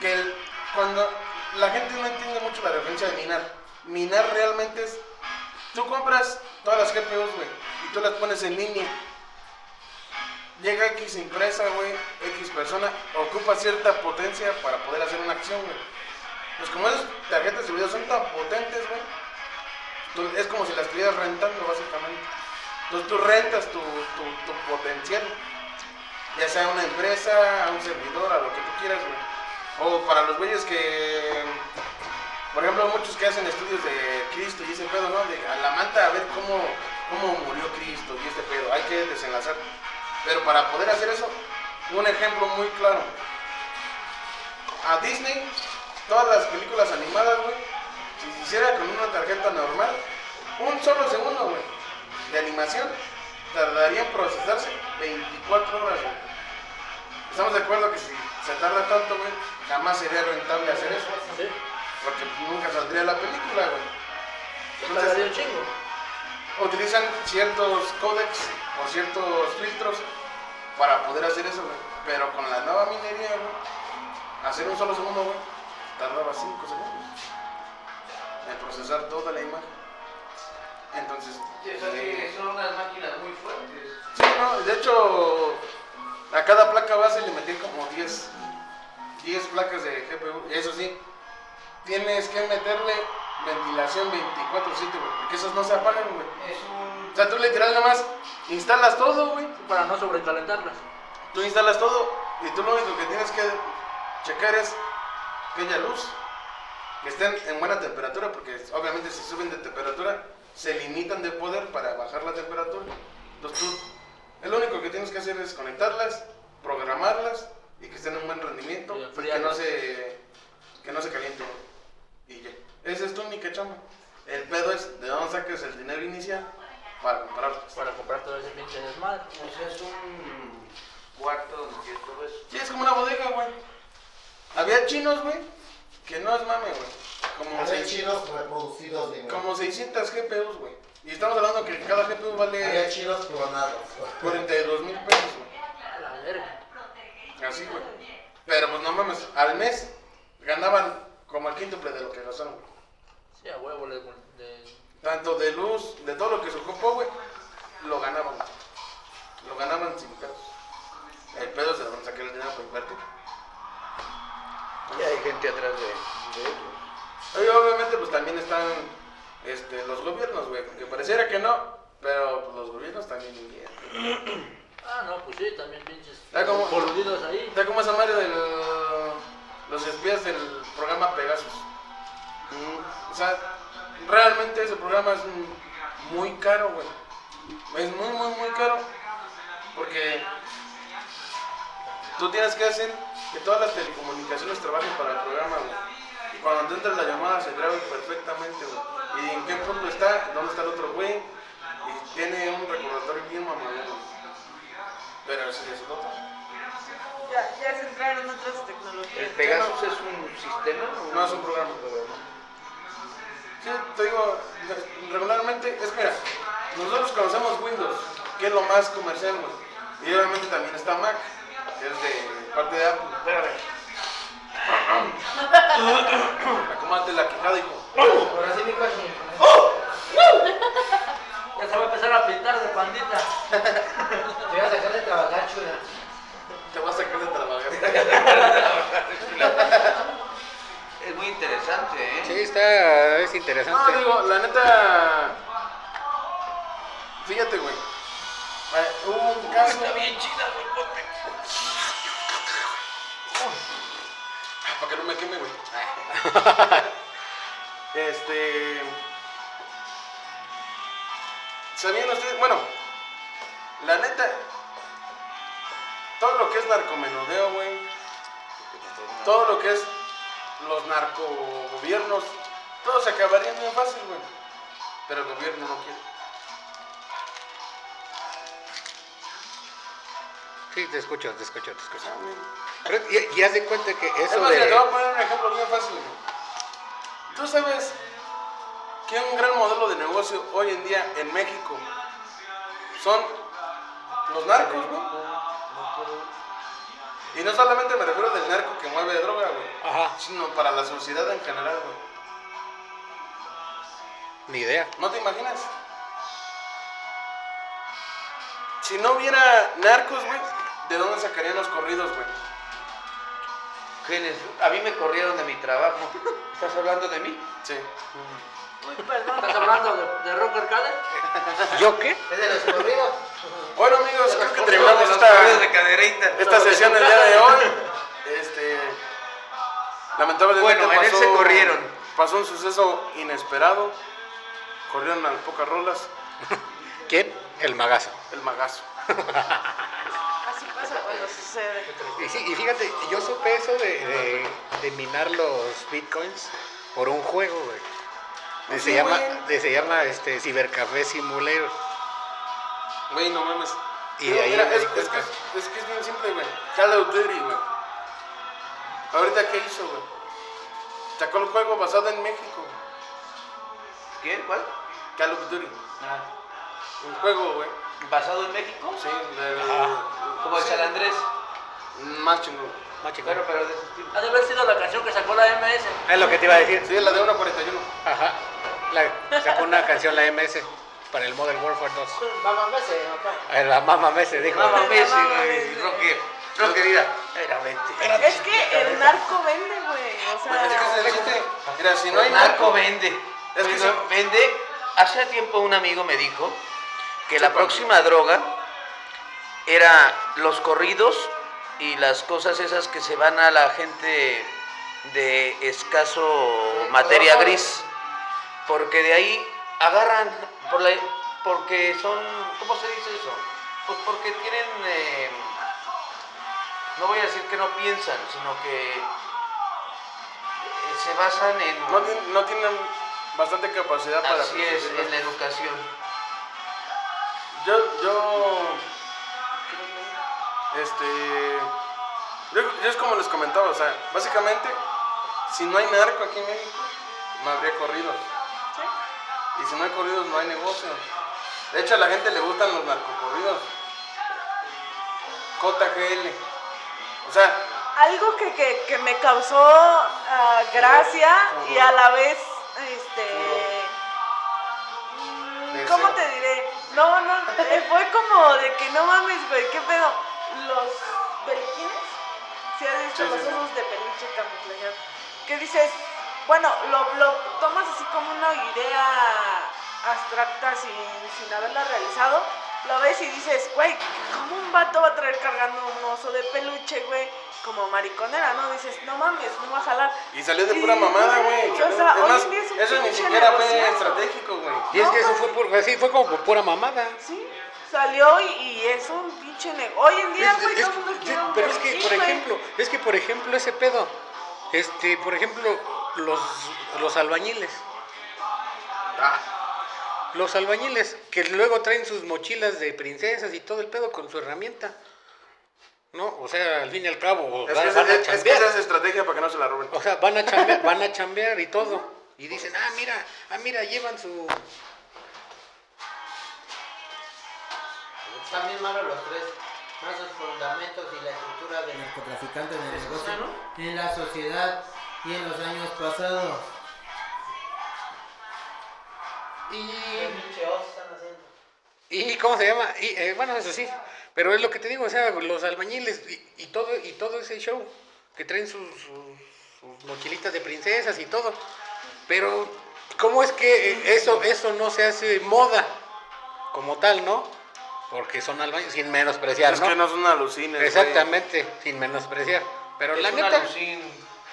que el- cuando la gente no entiende mucho la referencia de minar, minar realmente es. Tú compras todas las GPUs, güey, y tú las pones en línea. Llega X empresa, güey, X persona, ocupa cierta potencia para poder hacer una acción, güey. Pues como esas tarjetas de video son tan potentes, güey, tú- es como si las estuvieras rentando, básicamente. Entonces tú rentas tu, tu- tu potencial ya sea a una empresa, a un servidor, a lo que tú quieras, güey. O para los güeyes que, por ejemplo, muchos que hacen estudios de Cristo y ese pedo, ¿no? De a la manta a ver cómo, cómo murió Cristo y este pedo. Hay que desenlazar. Pero para poder hacer eso, un ejemplo muy claro. A Disney, todas las películas animadas, güey, si se hiciera con una tarjeta normal, un solo segundo, güey, de animación, tardaría en procesarse 24 horas, güey. Estamos de acuerdo que si se tarda tanto, güey, jamás sería rentable hacer eso. Porque nunca saldría la película, güey. Yo te la di un chingo. utilizan ciertos códex o ciertos filtros para poder hacer eso, güey. Pero con la nueva minería, güey, hacer un solo segundo, güey, tardaba 5 segundos en procesar toda la imagen. Entonces, eh, son unas máquinas muy fuertes. sí, no, de hecho, a cada placa base le metí como 10, 10 placas de GPU. Eso sí, tienes que meterle ventilación 24-7, güey, porque esas no se apagan, güey. Es un. O sea, tú literal nada más instalas todo, güey. Para no sobrecalentarlas. Tú instalas todo y tú lo único que tienes que checar es que haya luz, que estén en buena temperatura, porque obviamente si suben de temperatura se limitan de poder para bajar la temperatura. Entonces tú, lo único que tienes que hacer es conectarlas, programarlas y que estén en buen rendimiento, Y que no enfriarlas. se, que no se calienten. Y ya. Esa es tu única chamba. El pedo es de dónde sacas el dinero inicial para comprarlas. Para comprar todo ese pinche desmadre. O sea, es un cuarto donde todo es. Sí, es como una bodega, güey. Había chinos, güey, que no es mame, güey. Como, Había seis- chinos reproducidos, digo. como 600 GPUs, güey. Y estamos hablando que cada GPU Había vale chinos clonados. 42 mil pesos, güey. A la verga. Así, güey. Pero pues no mames, al mes ganaban como el quíntuple de lo que gastaron, güey. Sí, a huevo le. le- Tanto de luz, de todo lo que se ocupó, güey, lo ganaban. güey. Lo ganaban sin pedos. El pedo es de donde saqué el dinero para invertir. Y hay gente atrás de, de ellos. Y obviamente pues también están este, los gobiernos, güey, porque pareciera que no, pero pues, los gobiernos también invierten. Ah, no, pues sí, también pinches. Ah, Está como- Coludidos ahí. Está como esa madre de los espías del programa Pegasus. O sea, realmente ese programa es un- muy caro, güey. Es muy, muy, muy caro. Porque tú tienes que hacer que todas las telecomunicaciones trabajen para el programa, güey. Y cuando te entra la llamada se graba perfectamente, güey. Y en qué punto está, dónde está el otro güey. Y tiene un recordatorio bien mamalón, güey. Pero eso es otro. Ya, ya se entraron otras El tecnologías. Pegasus es un sistema. o No, es un programa. Sí, te digo, regularmente, es mira, nosotros conocemos Windows, que es lo más comercial, güey. Y obviamente también está Mac, que es de parte de Apple. Espérame. Acomate la quejada, hijo. Ahora sí, mi página. Ya se va a empezar a pintar de pandita. Te voy a sacar de trabajar, chula. Te vas a sacar de trabajar. Es muy interesante, ¿eh? Sí, está, es No, interesante. digo, la neta. Fíjate, güey. Eh, Hubo un caso. Está bien chida, güey, ponte. ah, Para que no me queme, güey. este. ¿Sabían ustedes? Bueno, la neta. Todo lo que es narcomenudeo, güey. Todo lo que es los narcogobiernos. Todo se acabaría bien fácil, güey. Pero el gobierno no quiere. Sí, te escucho, te escucho, te escucho. Ah, güey. Pero ya, ya se cuenta que Es eso más, mira, de... te voy a poner un ejemplo bien fácil. güey. Tú sabes que un gran modelo de negocio hoy en día en México son los narcos, güey. Y no solamente me refiero del narco que mueve droga, güey, Ajá, sino para la sociedad en general, güey. ni idea. ¿No te imaginas? Si no hubiera narcos, güey, ¿de dónde sacarían los corridos, güey? ¿Quiénes? A mí me corrieron de mi trabajo. ¿Estás hablando de mí? Sí. Uy, perdón. ¿Estás hablando de, de Rock Arcade? ¿Yo qué? Es de los corridos. Bueno, amigos, creo que De terminamos los esta... corridos de cadereita. esta sesión el día de hoy. Este, lamentablemente Bueno, en él se corrieron. Pasó un suceso inesperado. Corrieron a las pocas rolas ¿Quién? El magazo. el magazo. Así pasa cuando sucede. Y, sí, y fíjate, yo supe eso de, de- de minar los bitcoins por un juego, güey. Pues se sí, llama, güey. se llama este Cibercafé Simulator. Güey, no mames. Y Pero de ahí mira, me es, di es cuenta. que, es que es bien simple, güey. Call of Duty, güey. Ahorita, ¿qué hizo, güey? Sacó el juego basado en México. ¿Quién? ¿Cuál? Call of Duty. Ah. un juego, güey. ¿Basado en México? Sí, del- Como el sí, San Andrés. Más chingón. Bueno, pero de ese estilo. Ha de haber sido la canción que sacó la MS. Es lo que te iba a decir. Sí, la de 1.41. Ajá. La- sacó una canción la MS para el Modern Warfare 2. Mamá, vese, papá. Eh, La mamá MS dijo. Mamá Messi, Mamá güey. Messi. Roque. Roque, mira. Era vente. Es que el narco vende, güey. Ah, O Es que ese es sea, el chiste. Mira, si no No hay narco narco, vende. Es que Bueno, sí. vende. Hace tiempo un amigo me dijo que la Chúpame. próxima droga era los corridos y las cosas esas que se van a la gente de escaso materia Ojo. gris. Porque de ahí agarran, por la- porque son, ¿cómo se dice eso? Pues porque tienen, eh, no voy a decir que no piensan, sino que eh, se basan en... no, tienen- no tienen bastante capacidad para... Así es, en la educación. Yo, yo. Este. Yo, yo es como les comentaba, o sea, básicamente, si no hay narco aquí en México, no habría corridos. Y si no hay corridos, no hay negocio. De hecho, a la gente le gustan los narcocorridos. JGL. O sea, algo que, que, que me causó ah, gracia y a la vez, este... mm, ¿Cómo te diré? No, no, eh, fue como de que no mames, güey, ¿qué pedo? Los peliquines, si has Sí, visto sí, los sí. ojos de peluche camuflajeados, que dices, bueno, lo, lo tomas así como una idea abstracta sin, sin haberla realizado, lo ves y dices, güey, ¿cómo un vato va a traer cargando un oso de peluche, güey? Como mariconera, ¿no? Dices, no mames, no va a jalar. y salió de Y- pura mamada, güey. o Salió- sea, es hoy más, en día es un eso ni pinche siquiera fue negociazo. estratégico, güey. Y es que eso fue, por, así fue como por pura mamada. Sí, salió y, y es un pinche negocio. Hoy en día, Es- güey, es- todo el mundo es- quiere un pero es que, peluchín, por güey. ejemplo, es que, por ejemplo, ese pedo. Este, por ejemplo, los, los albañiles. Ah, Los albañiles que luego traen sus mochilas de princesas y todo el pedo con su herramienta. No, o sea, al fin y al cabo, Es van, que, van a esa- es, que chambear. esa es estrategia para que no se la roben. O sea, van a chambear, van a chambear y todo. Y dicen, ah, mira, ah, mira, llevan su. Están bien malos los tres. Más los fundamentos y la estructura del narcotraficante en el negocio, en la sociedad y en los años pasados. ¿Y cómo se llama? Y, eh, bueno, eso sí, pero es lo que te digo, o sea, los albañiles y, y todo y todo ese show que traen sus, sus- sus mochilitas de princesas y todo. Pero ¿cómo es que eh, eso eso no se hace moda como tal, no? Porque son albañiles sin menospreciar, Es ¿no? que no son alucines. güey. Exactamente, sin menospreciar. Pero la es un neta, alucín,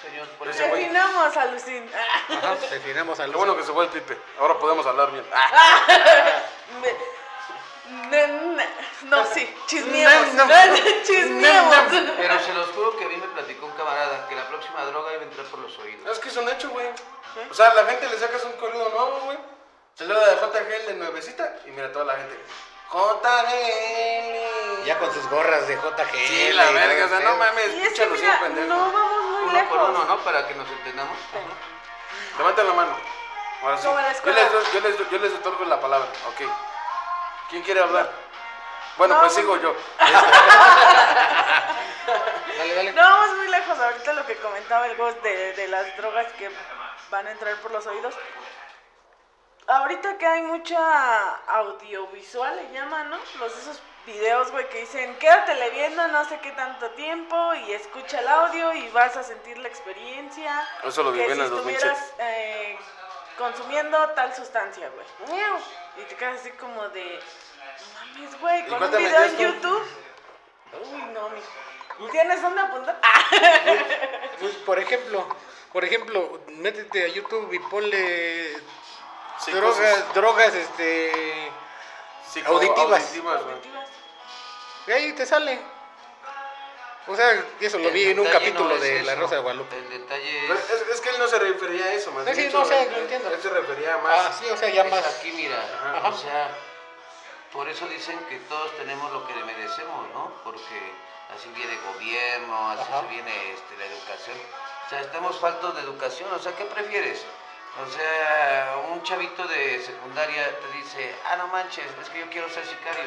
señor. Por eso, güey. Terminamos, alucin. ajá, definamos al Lo bueno que se fue el Pipe. Ahora podemos hablar bien. Ah. Me- ne- ne- No, sí, chismeamos. No, no. Chismeamos. Pero se los juro que a mí me platicó un camarada que la próxima droga iba a entrar por los oídos. Es que es un hecho, güey. O sea, la gente le sacas un corrido nuevo, güey. Se lo da de JGL de nuevecita y mira toda la gente. JGL. Ya con sus gorras de JG. Sí, la verga, o sea, no mames, Y es pinche que alucín, mira, pendejo. no vamos muy Uno por uno, lejos. ¿no? Para que nos entendamos. Levanta la mano. Ahora sí. Como en la Yo escuela. les, doy- yo, les, doy- yo les otorgo la palabra. Ok. ¿Quién quiere hablar? Bueno, No, pues no. sigo yo. Dale, dale. No vamos muy lejos. Ahorita lo que comentaba el Ghost de, de las drogas que van a entrar por los oídos. Ahorita que hay mucha audiovisual, le llaman, ¿no? Los esos videos, güey, que dicen, quédatele viendo no sé qué tanto tiempo y escucha el audio y vas a sentir la experiencia. Eso lo que viví en si el 2007. estuvieras eh, consumiendo tal sustancia, güey. Y te quedas así como de, "No mames, güey, ¿Y con un cuántas video en metías tú? YouTube. Uy, no, mijo. ¿Tienes dónde apuntar? Ah, Pues, por ejemplo, por ejemplo, métete a YouTube y ponle Psicosis. drogas, drogas, este, Psico- auditivas. pues, auditivas, Pues, güey. auditivas. y ahí te sale. O sea, eso lo El vi en un detalle capítulo no es de La eso. Rosa de Guadalupe. El detalle Pero es, Es, es que él no se refería a eso, más Sí, sí, dicho, no sé, güey. lo entiendo. Él se refería más. Ah, sí, o sea, ya es más. aquí, mira. Ajá. O sea, por eso dicen que todos tenemos lo que merecemos, ¿no? Porque así viene gobierno, así Ajá. viene este, la educación. O sea, estamos faltos de educación. O sea, ¿qué prefieres? O sea, un chavito de secundaria te dice, ah, no manches, es que yo quiero ser sicario.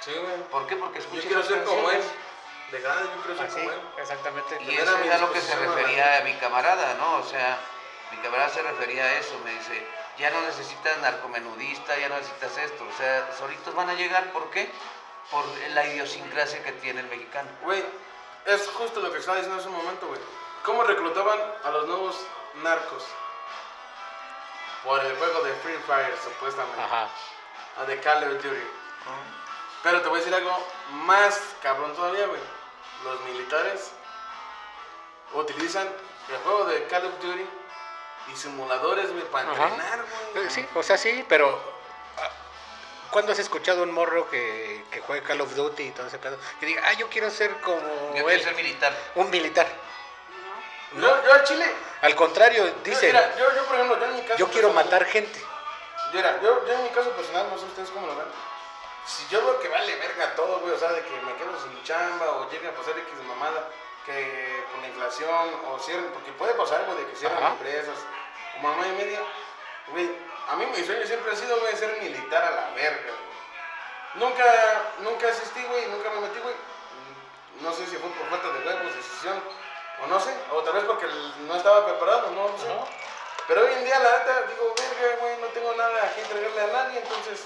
Sí, güey. ¿Por qué? Porque Yo escuchas quiero esas ser como él. canciones. De grande, yo Ah, quiero ser Así. como él. Exactamente. Y Tener eso a mi es a lo que se disposición a la refería gente. mi camarada, ¿no? O sea, mi camarada se refería a eso, me dice, ya no necesitas narcomenudista, ya no necesitas esto, o sea, solitos van a llegar, ¿por qué? Por la idiosincrasia que tiene el mexicano. Güey, es justo lo que estaba diciendo hace un momento, güey. ¿Cómo reclutaban a los nuevos narcos? Por el juego de Free Fire, supuestamente. Ajá. A Ah, de Call of Duty. Pero te voy a decir algo más cabrón todavía, güey. Los militares utilizan el juego de Call of Duty y simuladores, güey, para Ajá. entrenar, güey. Eh, Sí, o sea, sí, pero ah, ¿cuándo has escuchado un morro que, que juegue Call of Duty y todo ese pedo? Que diga, ah, yo quiero ser como Yo él, quiero ser militar. un militar. Yo, yo al chile. Al contrario, Dice. dice, mira, yo, yo, por ejemplo, yo en mi caso. yo quiero personal- matar gente. Mira, yo, yo en mi caso personal, no sé ustedes cómo lo ven. Si yo veo que vale verga todo, güey, o sea, de que me quedo sin chamba o llegue a pasar X mamada, que con la inflación o cierren, porque puede pasar, güey, de que cierren Ajá. empresas, o mamá y media, güey, a mí mi sueño siempre ha sido, güey, ser militar a la verga, güey. Nunca, nunca asistí, güey, nunca me metí, güey. No sé si fue por falta de huevos, decisión, o no sé, o tal vez porque no estaba preparado, no, no sé. Pero hoy en día, la neta, digo, verga, güey, no tengo nada que entregarle a nadie, entonces,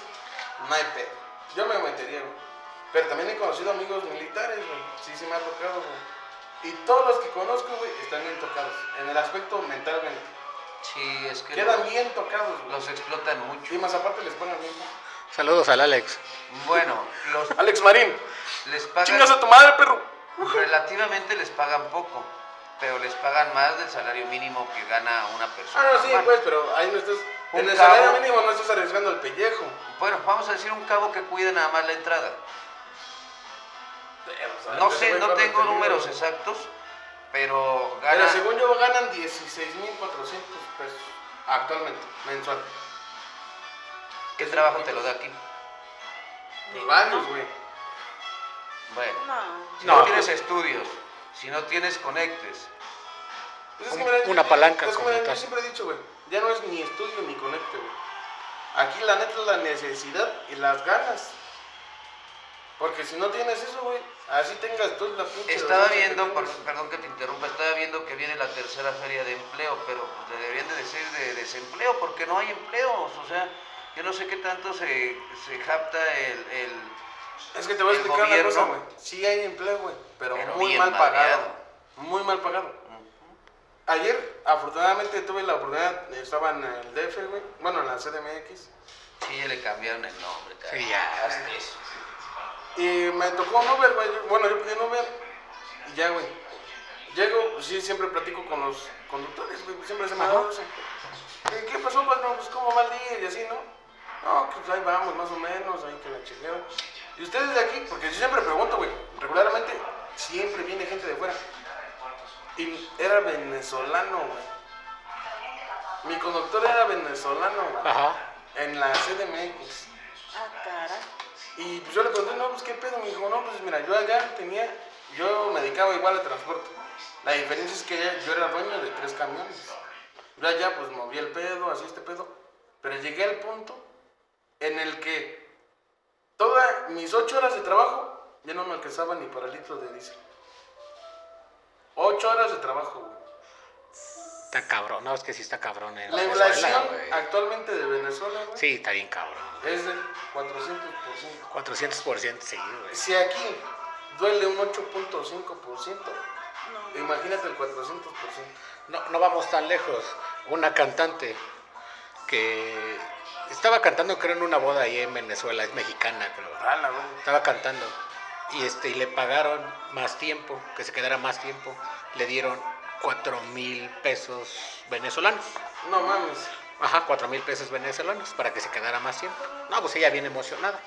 no hay pedo. Yo me metería, güey. Pero también he conocido amigos militares, güey. Sí, sí me ha tocado, güey. Y todos los que conozco, güey, están bien tocados. En el aspecto mental, güey. Sí, es que Quedan los, bien tocados, güey. los explotan mucho. Y más aparte les ponen bien. Saludos al Alex. Bueno, los, Alex Marín, les pagan... chingas a tu madre, perro. Relativamente les pagan poco, pero les pagan más del salario mínimo que gana una persona. Ah, no, sí, normal. pues, pero ahí no estás. Un En el cabo. salario mínimo no estás arriesgando el pellejo. Bueno, vamos a decir un cabo que cuide nada más la entrada. Ah, O sea, No ese sé, güey no corre tengo peligro. números exactos, pero Pero gana. según yo ganan 16.400 pesos actualmente, mensual. ¿Qué trabajo te lo da aquí? Pues varios, güey. Bueno, No. si No. no tienes estudios, si no tienes conectes, Pues Un- mira, una palanca Es que como mira, yo tal. siempre he dicho, güey, ya no es ni estudio ni conecte, güey. Aquí la neta es la necesidad y las ganas. Porque si no tienes eso, güey, así tengas tú la pinche. estaba desgracia que viendo, tengas. por- perdón que te interrumpa, estaba viendo que viene la tercera feria de empleo, pero pues, le deberían de decir de desempleo, porque no hay empleos, o sea, yo no sé qué tanto se, se japta el, el- Es que te voy a el explicar una cosa, güey. gobierno. Sí hay empleo, güey, pero, Pero muy bien mal pagado. madreado. Muy mal pagado. Ayer, afortunadamente, tuve la oportunidad, estaba en el DF, güey, bueno, en la CDMX, Sí, ya le cambiaron el nombre, caray. Sí, ya. Hasta eso. y me tocó un Uber, güey, yo- bueno, yo pedí un Uber, y ya, güey, llego, sí, siempre platico con los conductores, güey, pues siempre se me ha dado eso. Eh, ¿Qué pasó, patrón? Pues, ¿cómo va el día? Y así, ¿no? No, que, pues ahí vamos, más o menos, ahí que la chingada. Y ustedes de aquí, porque yo siempre pregunto, güey, regularmente siempre viene gente de fuera. Y era venezolano, güey. Mi conductor era venezolano, güey. Ajá. En la CDMX. Ah, cara. Y pues yo le pregunté, no, pues qué pedo. Me dijo, no, pues mira, yo allá tenía, yo me dedicaba igual al transporte. La diferencia es que yo era dueño de tres camiones. Yo allá pues moví el pedo, así este pedo. Pero llegué al punto en el que todas mis ocho horas de trabajo ya no me alcanzaba ni para el litro de diésel. Ocho horas de trabajo, güey. Está cabrón. No, es que sí está cabrón. en La Venezuela, inflación güey. actualmente de Venezuela, güey, Sí, está bien cabrón. es del 400%. 400% sí, güey. Si aquí duele un 8.5%, No. imagínate el 400%. No, no vamos tan lejos. Una cantante que estaba cantando, creo, en una boda ahí en Venezuela, es mexicana, creo. Rala, güey. Estaba cantando. Y, este, y le pagaron más tiempo, que se quedara más tiempo. Le dieron 4 mil pesos venezolanos. No mames. Ajá, 4 mil pesos venezolanos para que se quedara más tiempo. No, pues ella bien emocionada.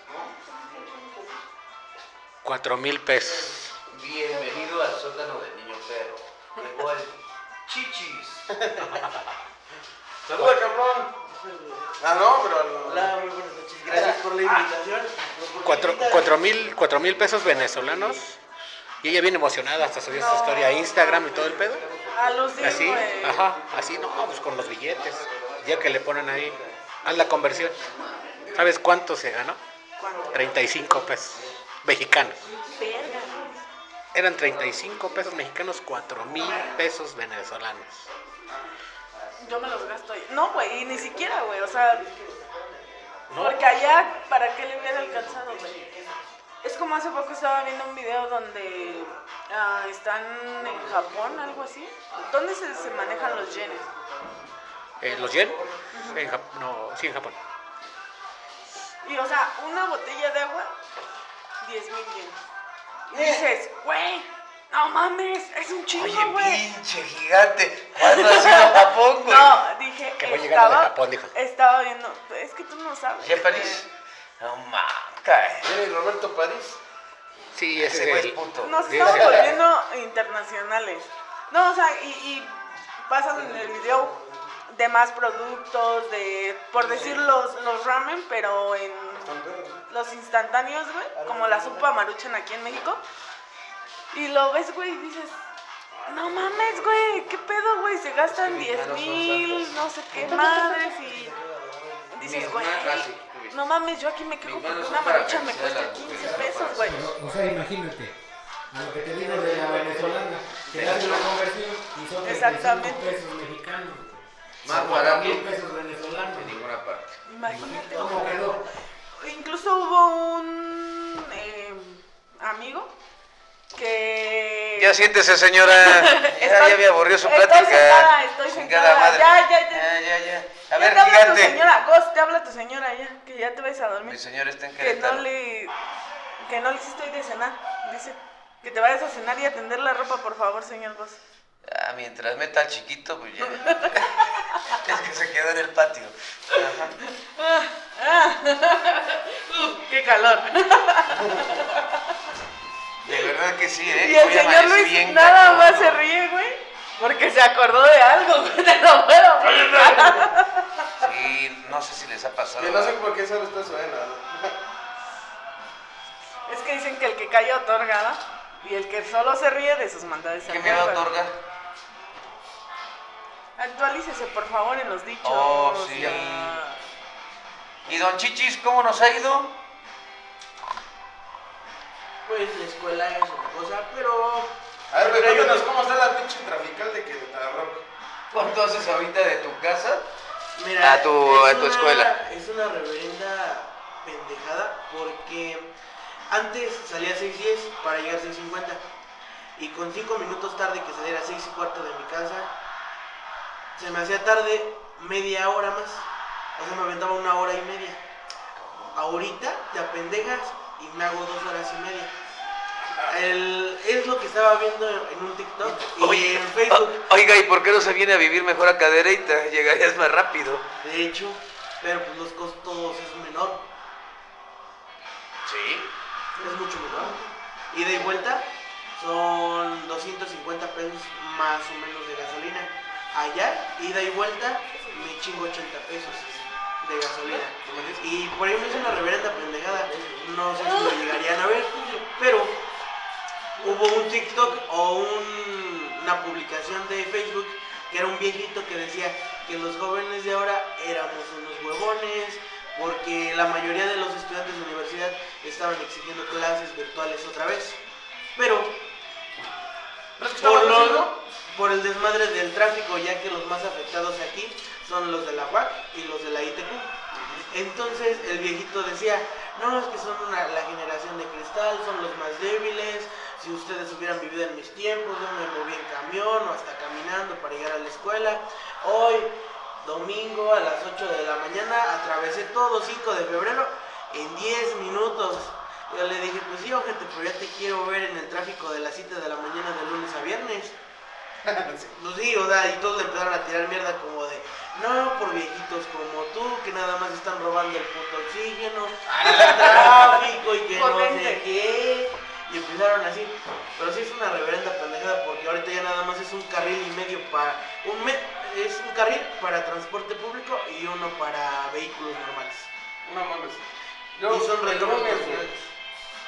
4 mil pesos. Bienvenido al sótano del niño perro. Llegó el chichis. Saluda, cabrón. Ah, no, pero. ah, Hola, muy buenas noches. Gracias por la invitación. 4 mil cuatro mil pesos venezolanos. Y ella bien emocionada, hasta subió su historia a Instagram y todo el pedo. Alucín, Así, güey. ajá, así no, pues con los billetes. ya que le ponen ahí, haz la conversión. ¿Sabes cuánto se ganó? Cuando 35 pesos mexicanos. verga. Eran 35 pesos mexicanos, 4 mil pesos venezolanos. Yo me los gasto ahí. No, güey, ni siquiera, güey. O sea, porque allá, ¿para qué le hubiera alcanzado, güey? Es como hace poco estaba viendo un video donde ah, están en Japón, algo así. ¿Dónde se, se manejan los yenes? Eh, ¿Los yen? En Jap- no, sí, en Japón. Y, o sea, una botella de agua, 10 mil yenes. Y dices, güey, no mames, es un Oye, chingo, güey. pinche gigante. ¿Cuándo has ido a Japón, güey? No, dije, Que voy llegando de estaba, Japón, dijo. estaba viendo, es que tú no sabes. ¿Y en París? No mames. Mira, y Roberto París. Sí, ese, Ese es güey es el- puto. Nos Sí, estamos sí. volviendo internacionales. No, o sea, y, y pasan en el video de más productos, de, por decir los, los ramen, pero en los instantáneos, güey, como la sopa maruchan aquí en México. Y lo ves, güey, y dices, no mames, güey, ¿qué pedo, güey? Se gastan 10 mil, no sé qué madres y... Dices, Mis güey, manos, güey. no mames, yo aquí me quejo Mis porque manos una son para marucha me acariciar cuesta las 15 mujeres, no pesos, para güey. O sea, imagínate. A lo que te digo de la venezolana, que hace la conversión y son 35 Exactamente. pesos mexicanos. Más O barato. mil pesos venezolanos. En ninguna parte. Imagínate, ¿Cómo quedó? Incluso hubo un eh, amigo que. Ya siéntese, señora. Ya, Estoy- ya me aburrió su estoy plática. sentada, estoy sentada. Chingada madre. Ya, Ah, ya, ya. Ah, Ya, ya, ya. Ya A ver, te habla tu gigante. señora, Ghost, te habla tu señora ya, que ya te vas a Mi dormir. señora está en Que no Querétaro. le. Que no le hiciste hoy de cenar. Dice que te vayas a cenar y a tender la ropa, por favor, señor Ghost. Ah, mientras meta al chiquito, pues ya. es que se quedó en el patio. Ajá. ¡Qué calor! De verdad que sí, ¿eh? Y el Hoy señor amanecí Luis bien nada cabrón. más se ríe, güey. Porque se acordó de algo, güey. Te lo puedo apostar. Sí, no sé si les ha pasado. Que no sé por qué solo está suena. Es que dicen que el que calla otorga, ¿no? Y el que solo se ríe de sus maldades. ¿Qué me acuerda. otorga? Actualícese, por favor, en los dichos. Oh, sí. ya. ¿Y don Chichis, cómo nos ha ido? Pues la escuela es otra cosa, pero. A ver, pero güey, hay cuéntanos una- cómo está la pinche trafical de Querétaro. Entonces, ahorita de tu casa. Mira, A tu- es a tu una- escuela. Es una reverenda pendejada porque antes salía a 6.10 para llegar a 6.50 y con 5 minutos tarde que saliera a 6 y cuarto de mi casa, se me hacía tarde media hora más. O sea, me aventaba una hora y media. Ahorita te apendejas y me hago dos horas y media. El- es lo que estaba viendo en un TikTok y en Facebook. o- oiga, ¿y por qué no se viene a vivir mejor a Cadereyta? Llegarías más rápido. De hecho, pero pues los costos es menor, Sí. es mucho menor. Ida Y de vuelta son 250 pesos más o menos de gasolina. Allá, ida y vuelta, me chingo 80 pesos de gasolina. Y por ahí me hizo una reverenda pendejada. No sé si lo llegarían a ver, pero hubo un TikTok o un- una publicación de Facebook que era un viejito que decía que los jóvenes de ahora éramos unos huevones porque la mayoría de los estudiantes de universidad estaban exigiendo clases virtuales otra vez. Pero por, lo- por el desmadre del tráfico, ya que los más afectados aquí son los de la UAC y los de la ITQ. Entonces el viejito decía, no, es que son una- la generación de cristal, son los más débiles, si ustedes hubieran vivido en mis tiempos, yo me moví en camión o hasta caminando para llegar a la escuela. Hoy, domingo a las 8 de la mañana, atravesé todo 5 de febrero en 10 minutos. Yo le dije, pues sí, ojete, pero ya te quiero ver en el tráfico de las 7 de la mañana de lunes a viernes. Pues sí, o sea, y todos le empezaron a tirar mierda como de, no, por viejitos como tú, que nada más están robando el puto oxígeno, el tráfico y que no sé Potente. qué. Y empezaron así. Pero sí es una reverenda pendejada porque ahorita ya nada más es un carril y medio para. Un me- es un carril para transporte público y uno para vehículos normales. No mames. y son el rellenos lunes, güey, nacionales.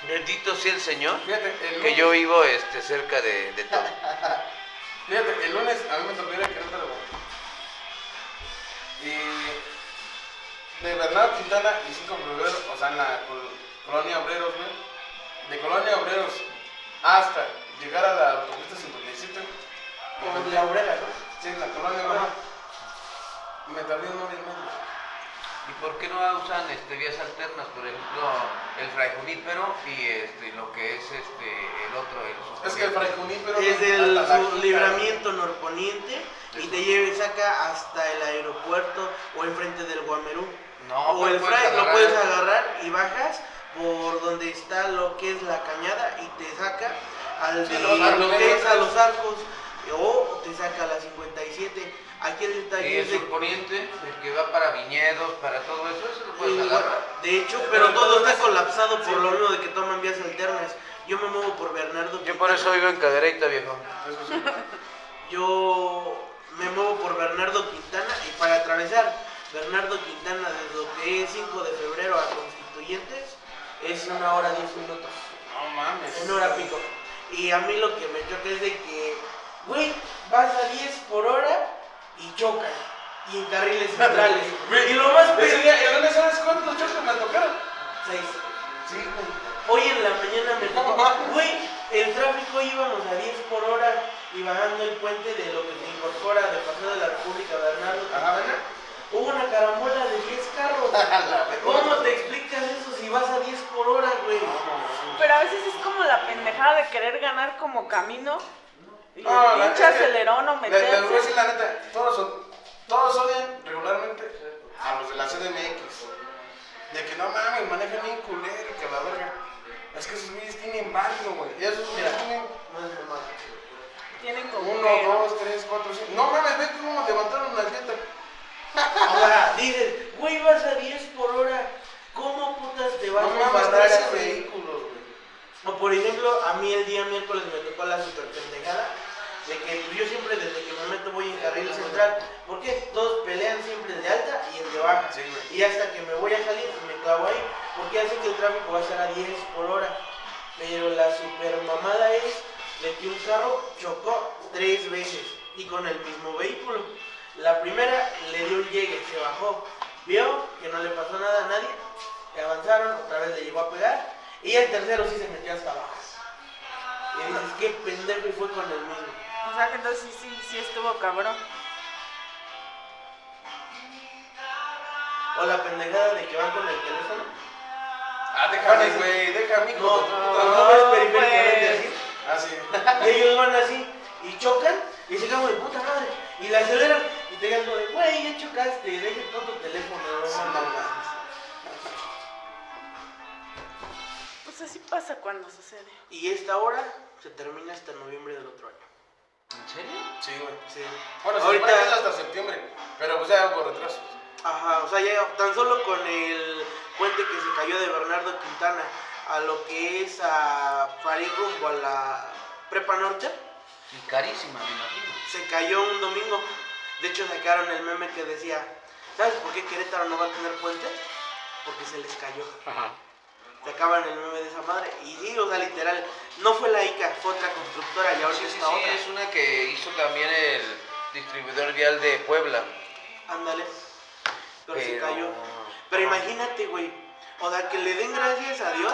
Bendito sea el Señor, Fíjate, el que lunes, yo vivo este, cerca de, de todo. fíjate, el lunes a mí me tocó ir a Querétaro. güey. Y de Bernardo Quintana y 5 de febrero, o sea, en la col- colonia Obreros, güey. De colonia Obreros hasta llegar a la autopista 57. Como en la obrera, ¿no? Sí, en la colonia Obreros. Me tardé una hora y media. ¿Y por qué no usan este, vías alternas? Por ejemplo, el Fray Junípero y este, lo que es este, el otro. El Es que el Fray Junípero Es no del hasta la sur- quinta. libramiento norponiente y te lleva y saca hasta el aeropuerto o enfrente del Guamerú. No, o pero el puedes fray lo agarrar- puedes agarrar y bajas por donde está lo que es la cañada y te saca al Sí, de- los arcos, lo que los es a los arcos o te saca a la 57. Aquí el Y detalle el es de surponiente, el que va para viñedos, para todo eso, eso lo puedes Igual, agarrar. De hecho, pero todo está colapsado Sí. por lo mismo de que toman vías alternas. Yo me muevo por Bernardo. Yo por eso vivo en Cadereyta, viejo. Eso sí. Yo me muevo por Bernardo Quintana y para atravesar Bernardo Quintana desde lo que es 5 de febrero a Constituyentes es una hora 10 minutos. No mames. En hora pico. Y a mí lo que me choca es de que, güey, vas a 10 por hora y chocan. Y en carriles centrales. Güey, y lo más Ese peor, día, ¿el lunes sabes cuántos choques me tocaron? seis. Sí, güey. Hoy en la mañana me No tocó, mames. güey, el tráfico íbamos a 10 por hora y bajando el puente de lo que se incorpora de Paseo de la República Bernardo Ajá. Quintana, hubo una carambola de 10 carros. ¿Cómo te explicas eso si vas a 10 por hora, güey? Pero a veces es como la pendejada de querer ganar como camino. Y No, el la- pinche es que- acelerón o le- Les voy a decir meterse. la neta, todos, o- todos odian regularmente a los de la CDMX. De que no mames, manejan bien culero y que la verga. Es que esos güeyes tienen válido, güey. Y esos güeyes tienen Tienen como que- uno, dos, tres, cuatro, cinco. No mames, ve cómo levantaron la dieta. Ahora dices, güey, vas a 10 por hora, ¿cómo putas te vas No a mames, embarrar tres así? vehículos, güey. O por ejemplo, a mí el día miércoles me tocó la super pendejada de que pues, yo siempre desde que me meto voy en carril central. porque Todos pelean siempre el de alta y el de baja. Sí, güey. y hasta que me voy a salir me clavo ahí. Porque hace que el tráfico va a estar a 10 por hora. Pero la super mamada es de que un carro chocó tres veces y con el mismo vehículo. La primera le dio un llegue, se bajó, vio que no le pasó nada a nadie, le avanzaron, otra vez le llegó a pegar y el tercero sí se metió hasta abajo. Y dices, qué pendejo y fue con el mismo. O sea que entonces sí, sí, sí estuvo cabrón. O la pendejada de que van con el teléfono. Ah, déjame, güey, deja, mijo. No, tu puta no, madre. ves periféricamente pues. así. Ah, sí. Y ellos van así y chocan y se cagan de puta madre. Y la aceleran y te quedas como de, güey, ya chocaste, deja todo tu teléfono. No, Sí, no, no no". mames. Pues así pasa cuando sucede. Y esta hora se termina hasta noviembre del otro año. ¿En serio? Sí, güey. Sí. Bueno, se Ahorita- supone que es hasta septiembre, pero pues ya por retrasos. Ajá, o sea, ya tan solo con el puente que se cayó de Bernardo Quintana a lo que es a París rumbo a la Prepa Norte, Y carísima, me imagino. se cayó un domingo. De hecho, sacaron el meme que decía, ¿sabes por qué Querétaro no va a tener puente? Porque se les cayó. Ajá. Sacaban el meme de esa madre. Y sí, o sea, literal, no fue la ICA, fue otra constructora y ahora Sí, sí, está sí, otra. es una que hizo también el distribuidor vial de Puebla. Ándale. Pero, se Pero- cayó. Pero imagínate, güey. O sea, que le den gracias a Dios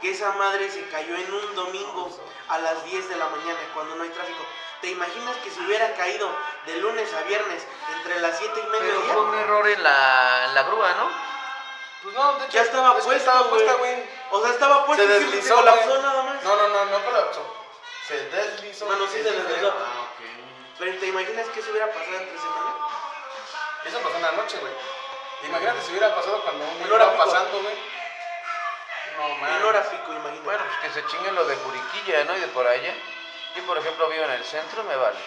que esa madre se cayó en un domingo a las 10 de la mañana cuando no hay tráfico. ¿Te imaginas que se hubiera caído de lunes a viernes entre las 7 y media? Pero fue un error en la, en la grúa, ¿no? Pues no, de hecho, Ya estaba es que puesta, estaba güey. puesta, güey. O sea, estaba puesto Se y simplemente deslizó, colapsó güey. nada más. No, no, no, no colapsó. Se deslizó. Bueno, sí Es se diferente. deslizó. Ah, ok. Pero ¿te imaginas que se hubiera pasado entre semana? Eso pasó en la noche, güey. Imagínate si hubiera pasado cuando un güey En hora iba pico. pasando, güey. No, man. En hora pico, imagínate. Bueno, pues que se chinguen lo de Juriquilla, ¿no? Y de por allá. Yo, por ejemplo, vivo en el centro, me vale.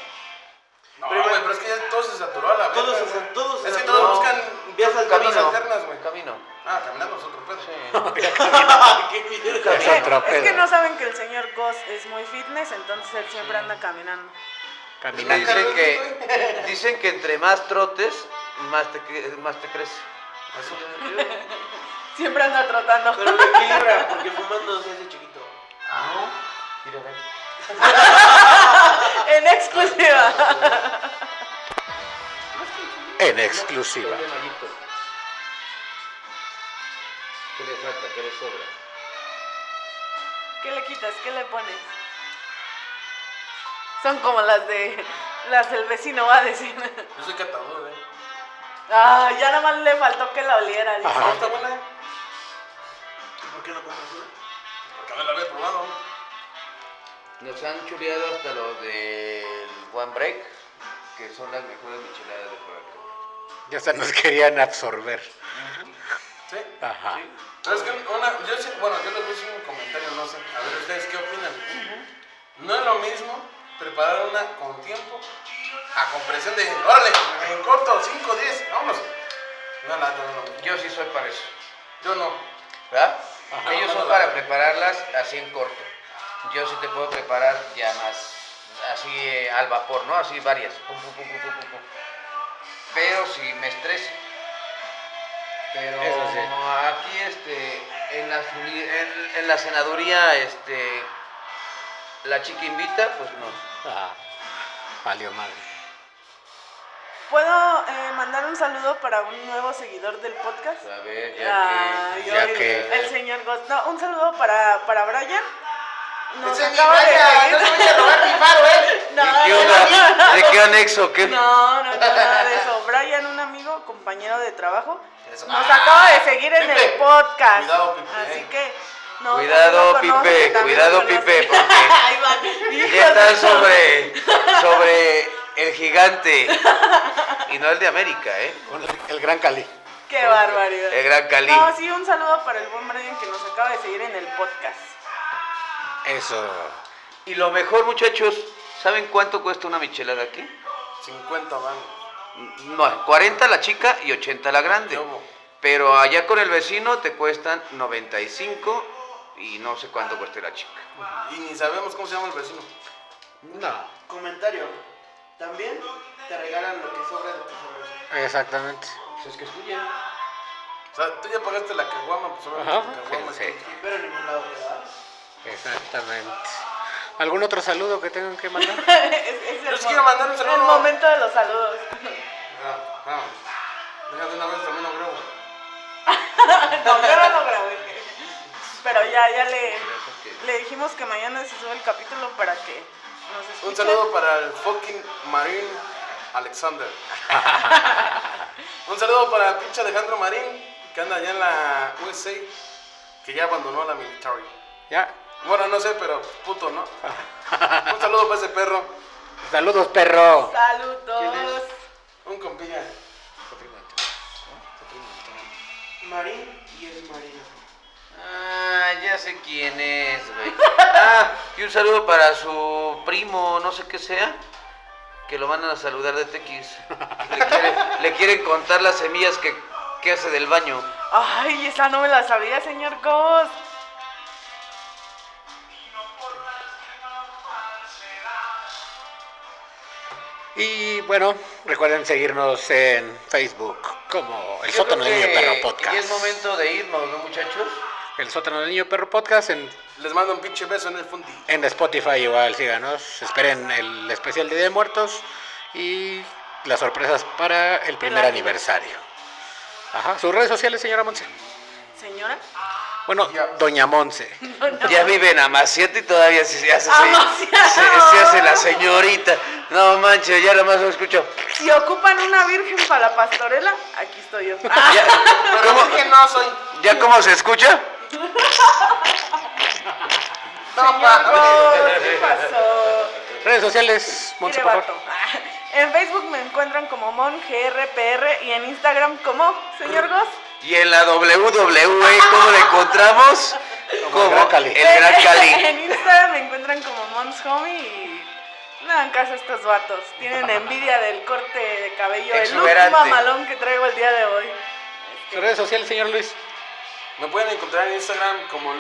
No, Pero, pero, güey, pero es que ya todo se saturó a la Todos verga, se- güey. todos se Es que saturó. todos buscan Vías caminos Camino. alternas, güey. Camino. Ah, caminando es otro pedo. Sí. ¡Qué Pero Es se que- atropella. es que no saben que el señor Goss es muy fitness, entonces él siempre anda caminando. Y me Caminando. dicen que, dicen que entre más trotes, más te, cre- más te creces. Siempre anda trotando. Pero lo equilibra porque fumando se hace chiquito. en exclusiva. En exclusiva. Son de mallito. ¿Qué le falta? ¿Qué le sobra? ¿Qué le quitas? ¿Qué le pones? Son como las de. Las del vecino va a decir. Yo soy catador, eh. Ah, ya nada más le faltó que la oliera. dice. Ajá. ¿Está buena? ¿Por qué no compras una? Porque no la había probado. Nos han chuleado hasta los del One Break, que son las mejores micheladas de por acá. Ya hasta nos querían absorber. ¿Sí? Ajá. ¿Sabes qué? Una, yo sí- bueno, yo les voy a decir un comentario, no sé. A ver, ¿ustedes qué opinan? No es lo mismo preparar una con tiempo a compresión de, órale, en corto, 5, 10, vámonos. No, la no, no, no. Yo sí soy para eso, Yo no. ¿verdad? Ajá. Ellos son para prepararlas así en corto. Yo sí te puedo preparar ya más así eh, al vapor, ¿no? Así varias. pum, pum, pum, pum, pum, pum, pum. Pero si me estresa. Pero Eso sí. aquí este, en, la, suli- en, en la senaduría, este, la chica invita, pues no. Ah, valió madre. ¿Puedo eh, mandar un saludo para un nuevo seguidor del podcast? A ver, ya Ay, que... ya el, que- el señor Ghost. No, un saludo para, para Brian. Nos Ese es mi acaba de Brian, seguir. no se vaya a robar mi faro, ¿eh? No, ¿Y qué no, onda? ¿De qué anexo? ¿Qué? No, no, no, nada de eso. Brian, un amigo, compañero de trabajo, Eso. nos Ah, acaba de seguir en el Pipe. podcast. Cuidado, Pipe. Así que. No, Cuidado, también lo conoce, Pipe, también lo cuidado, conoce. Pipe, porque- Ahí va. Ya están Híjole. sobre, sobre el gigante. Y no el de América, ¿eh? Con el- El Gran Cali. Qué barbaridad. El gran Cali. No, sí, un saludo para el buen Brian que nos acaba de seguir en el podcast. Eso. Y lo mejor, muchachos, ¿saben cuánto cuesta una michelada aquí? 50 van. No, 40 la chica y 80 la grande. Lobo. Pero allá con el vecino te cuestan 95 y no sé cuánto cueste la chica. Y ni sabemos cómo se llama el vecino. No. Comentario. También te regalan lo que sobra de tu cerveza. Exactamente. Pues es que es tuya. O sea, tú ya pagaste la caguama, pues ahora Ajá. la caguama es Sí, sí. tuya. Pero en ningún lado te da. Exactamente. ¿Algún otro saludo que tengan que mandar? Es- es el Yo les mo- quiero mandar un saludo. El momento de los saludos. Ah, ah. Déjate una vez, también no creo. No, yo no lo grabé. Pero ya, ya le, le dijimos que mañana se sube el capítulo para que nos escuchen. Un saludo para el fucking Marín Alexander. Un saludo para el pinche Alejandro Marín, que anda allá en la USA, que ya abandonó la military. Ya. Bueno, no sé, pero puto, ¿no? Un saludo para ese perro, Saludos, perro. Saludos. un compilla. Marín y es marino. Ah, ya sé quién es, güey. Ah, y un saludo para su primo, no sé qué sea, que lo van a saludar de Tequis. Le, quiere- le quieren contar las semillas que, que hace del baño. Ay, esa no me la sabía, señor Ghost. Y bueno, recuerden seguirnos en Facebook como El Yo Sótano creo del Niño que Perro Podcast. Ya Eh, es momento de irnos, ¿no, muchachos? El Sótano del Niño Perro Podcast en, Les mando un pinche beso en el fundi. en Spotify igual, síganos. Esperen el especial de Día de Muertos y las sorpresas para el primer aniversario. Ajá, sus redes sociales, señora Monse. Señora. Bueno, doña Monse. Ya viven a Maciete y todavía se, se hace, Amaciato. se, se hace la señorita. No manches, ya nomás lo escucho. Si ocupan una virgen para la pastorela, aquí estoy yo. Ah, Ya, ¿cómo, Es que no soy. ¿Ya cómo se escucha? señor Ghost, ¿qué pasó? Redes sociales, Mire, Monse, por favor. vato. En Facebook me encuentran como mongrpr y en Instagram como señor Ghost. Y en la WWE, ¿cómo la encontramos? Como el Gran Cali. El Gran Cali. en Instagram me encuentran como Mons Homie y no hagan caso a estos vatos. Tienen envidia del corte de cabello, el look Exuberante. mamalón que traigo el día de hoy. Sus redes sociales, señor Luis. Me pueden encontrar en Instagram como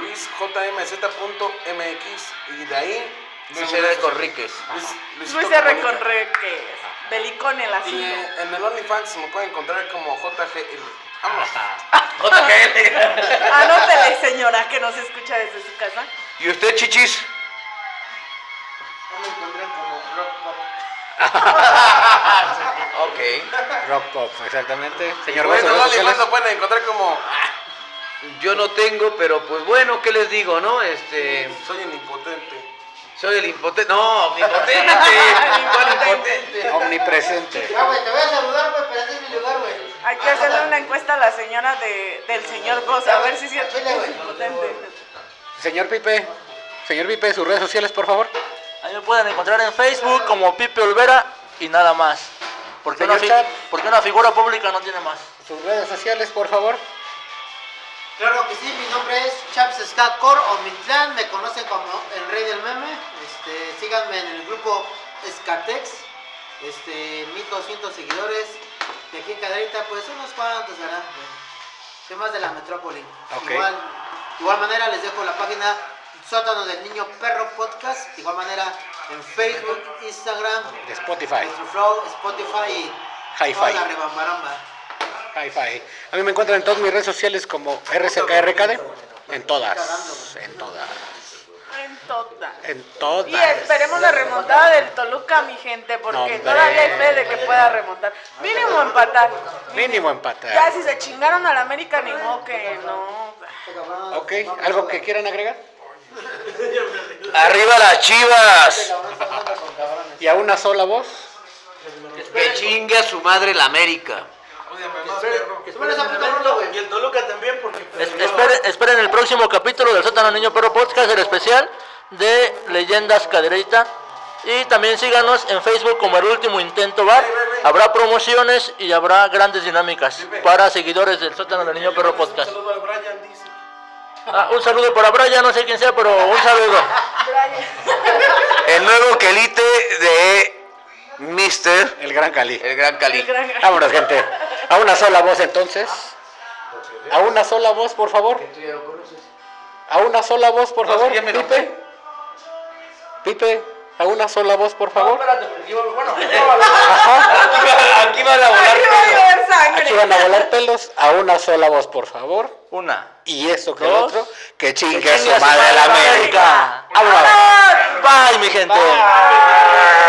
luisjmz.mx y de ahí. Luis R. Conríquez. Luis- Luisito Luis R. Comunica. Conríquez, Belicón el Y asilo. en el OnlyFans me pueden encontrar como JGL. Vámonos. JGL. Anótele, señora, que nos escucha desde su casa. ¿Y usted, chichis? No me encuentran como rock pop. ok. Rock Pop, exactamente. Señor Bueno, Beto, redes dale, sociales. más lo pueden encontrar como Yo no tengo, pero pues bueno, ¿qué les digo, no? Este, soy un impotente. soy el impotente. No, omnipotente. ¿Cuál impotente? Omnipresente. Ah, güey, te voy a saludar, güey, pero este es mi lugar, güey. Hay que hacerle una encuesta a la señora de, del señor Goss, a ver si es cierto. que es impotente. Señor Pipe, señor Pipe, sus redes sociales, por favor. Ahí me pueden encontrar en Facebook como Pipe Olvera y nada más. Porque, una, Señor fi- Chap. porque una figura pública no tiene más. Sus redes sociales, por favor. Claro que sí, mi nombre es Chaps Ska Core Omitlán, me conocen como el rey del meme. Este, síganme en el grupo Skatex, este, 1200 seguidores. De aquí en Caderita, pues unos cuantos, ¿verdad? Temas de la metrópoli. Ok. Igual, de igual manera les dejo la página Sótano del Niño Perro Podcast. De igual manera en Facebook, Instagram, De Spotify. nuestro Flow, Spotify y Hi-Fi. toda la rebambaramba. Hi-Fi. A mí me encuentran en todas mis redes sociales como RCKRKD. En todas. En todas. En total. En Y todas. esperemos la remontada del Toluca, mi gente, porque Hombre. todavía hay fe de que pueda remontar. Mínimo empatar. Mínimo Ya empatar. si se chingaron al América, ni modo que no. Ok, ¿algo que quieran agregar? Arriba las chivas. Y a una sola voz. Que chingue a su madre la América. Ódiame más, perro. Súbele esa puta rola, güey. Y el Toluca también, porque. pues, Es- no. esperen, esperen el próximo capítulo del Sótano Niño Perro Podcast, el especial de Leyendas Cadereyta. Y también síganos en Facebook como El Último Intento Bar. Habrá promociones y habrá grandes dinámicas para seguidores del Sótano del Niño Perro Podcast. Un saludo al Brian, dice. Ah, un saludo para Brian, no sé quién sea, pero un saludo. El nuevo quelite de Mister, El Gran Cali. el gran Cali. Vámonos, gente. A una sola voz, entonces. A una sola voz, por favor. A una sola voz, por No, favor. sí, ya me lo Pipe. sé. Pipe, a una sola voz, por No, favor. espérate, porque iba- bueno, Aquí va, aquí va a volar. Aquí va a llover Aquí sangre. van a volar pelos. A una sola voz, por favor. una. Y eso que el Dos. otro. Que chingue, chingue Ah. su madre la América. Vámonos. Bye, mi gente.